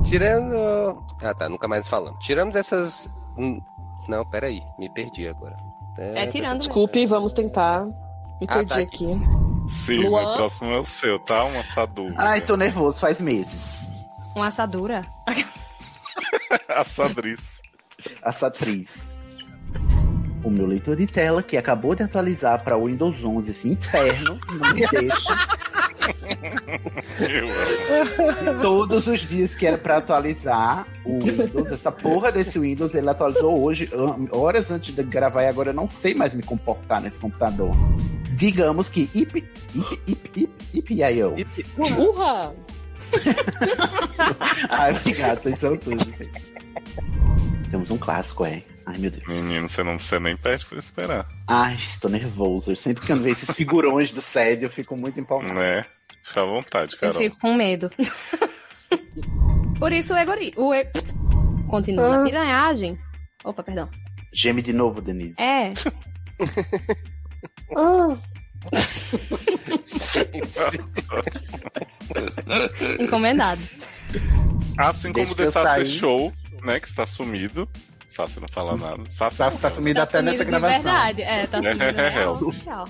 Tirando. Ah tá, nunca mais falando. Tiramos essas. hum, Não, peraí, me perdi agora.
É tirando.
Desculpe, vamos tentar. Me
Ah,
perdi
tá
aqui.
Sim,
Luan?
o próximo é o seu, tá? Uma sadura.
Ai, tô nervoso, faz meses.
Uma assadura.
A Sabriz.
Assatriz. O meu leitor de tela, que acabou de atualizar para o Windows 11, esse inferno, não me deixa. Todos os dias que era para atualizar o Windows, essa porra desse Windows, ele atualizou hoje, an- horas antes de gravar, e agora eu não sei mais me comportar nesse computador. Digamos que IP, IP, IP, IP, IPIO.
Burra!
Ai, obrigado, vocês são tudo, gente. Temos um clássico, é. Ai, meu Deus.
Menino, você não você nem pede pra esperar.
Ai, estou nervoso. Sempre que eu vejo esses figurões do SED, eu fico muito empolgado.
Né? Fica à vontade,
Eu
Carol.
fico com medo. Por isso o Egori. O e... Continua na piranhagem. Opa, perdão.
Geme de novo, Denise.
É. Encomendado.
Assim como
Deixa eu
The Sassy
sair.
Show, né? Que está sumido. Sassi não fala nada. Sassi,
Sassi tá sumido Tá até sumido nessa de gravação.
Verdade. É, tá subindo.
É,
real,
é.
oficial.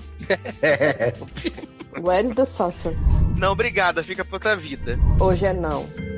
Where is the saucer?
Não, obrigada, fica pra outra vida.
Hoje é não.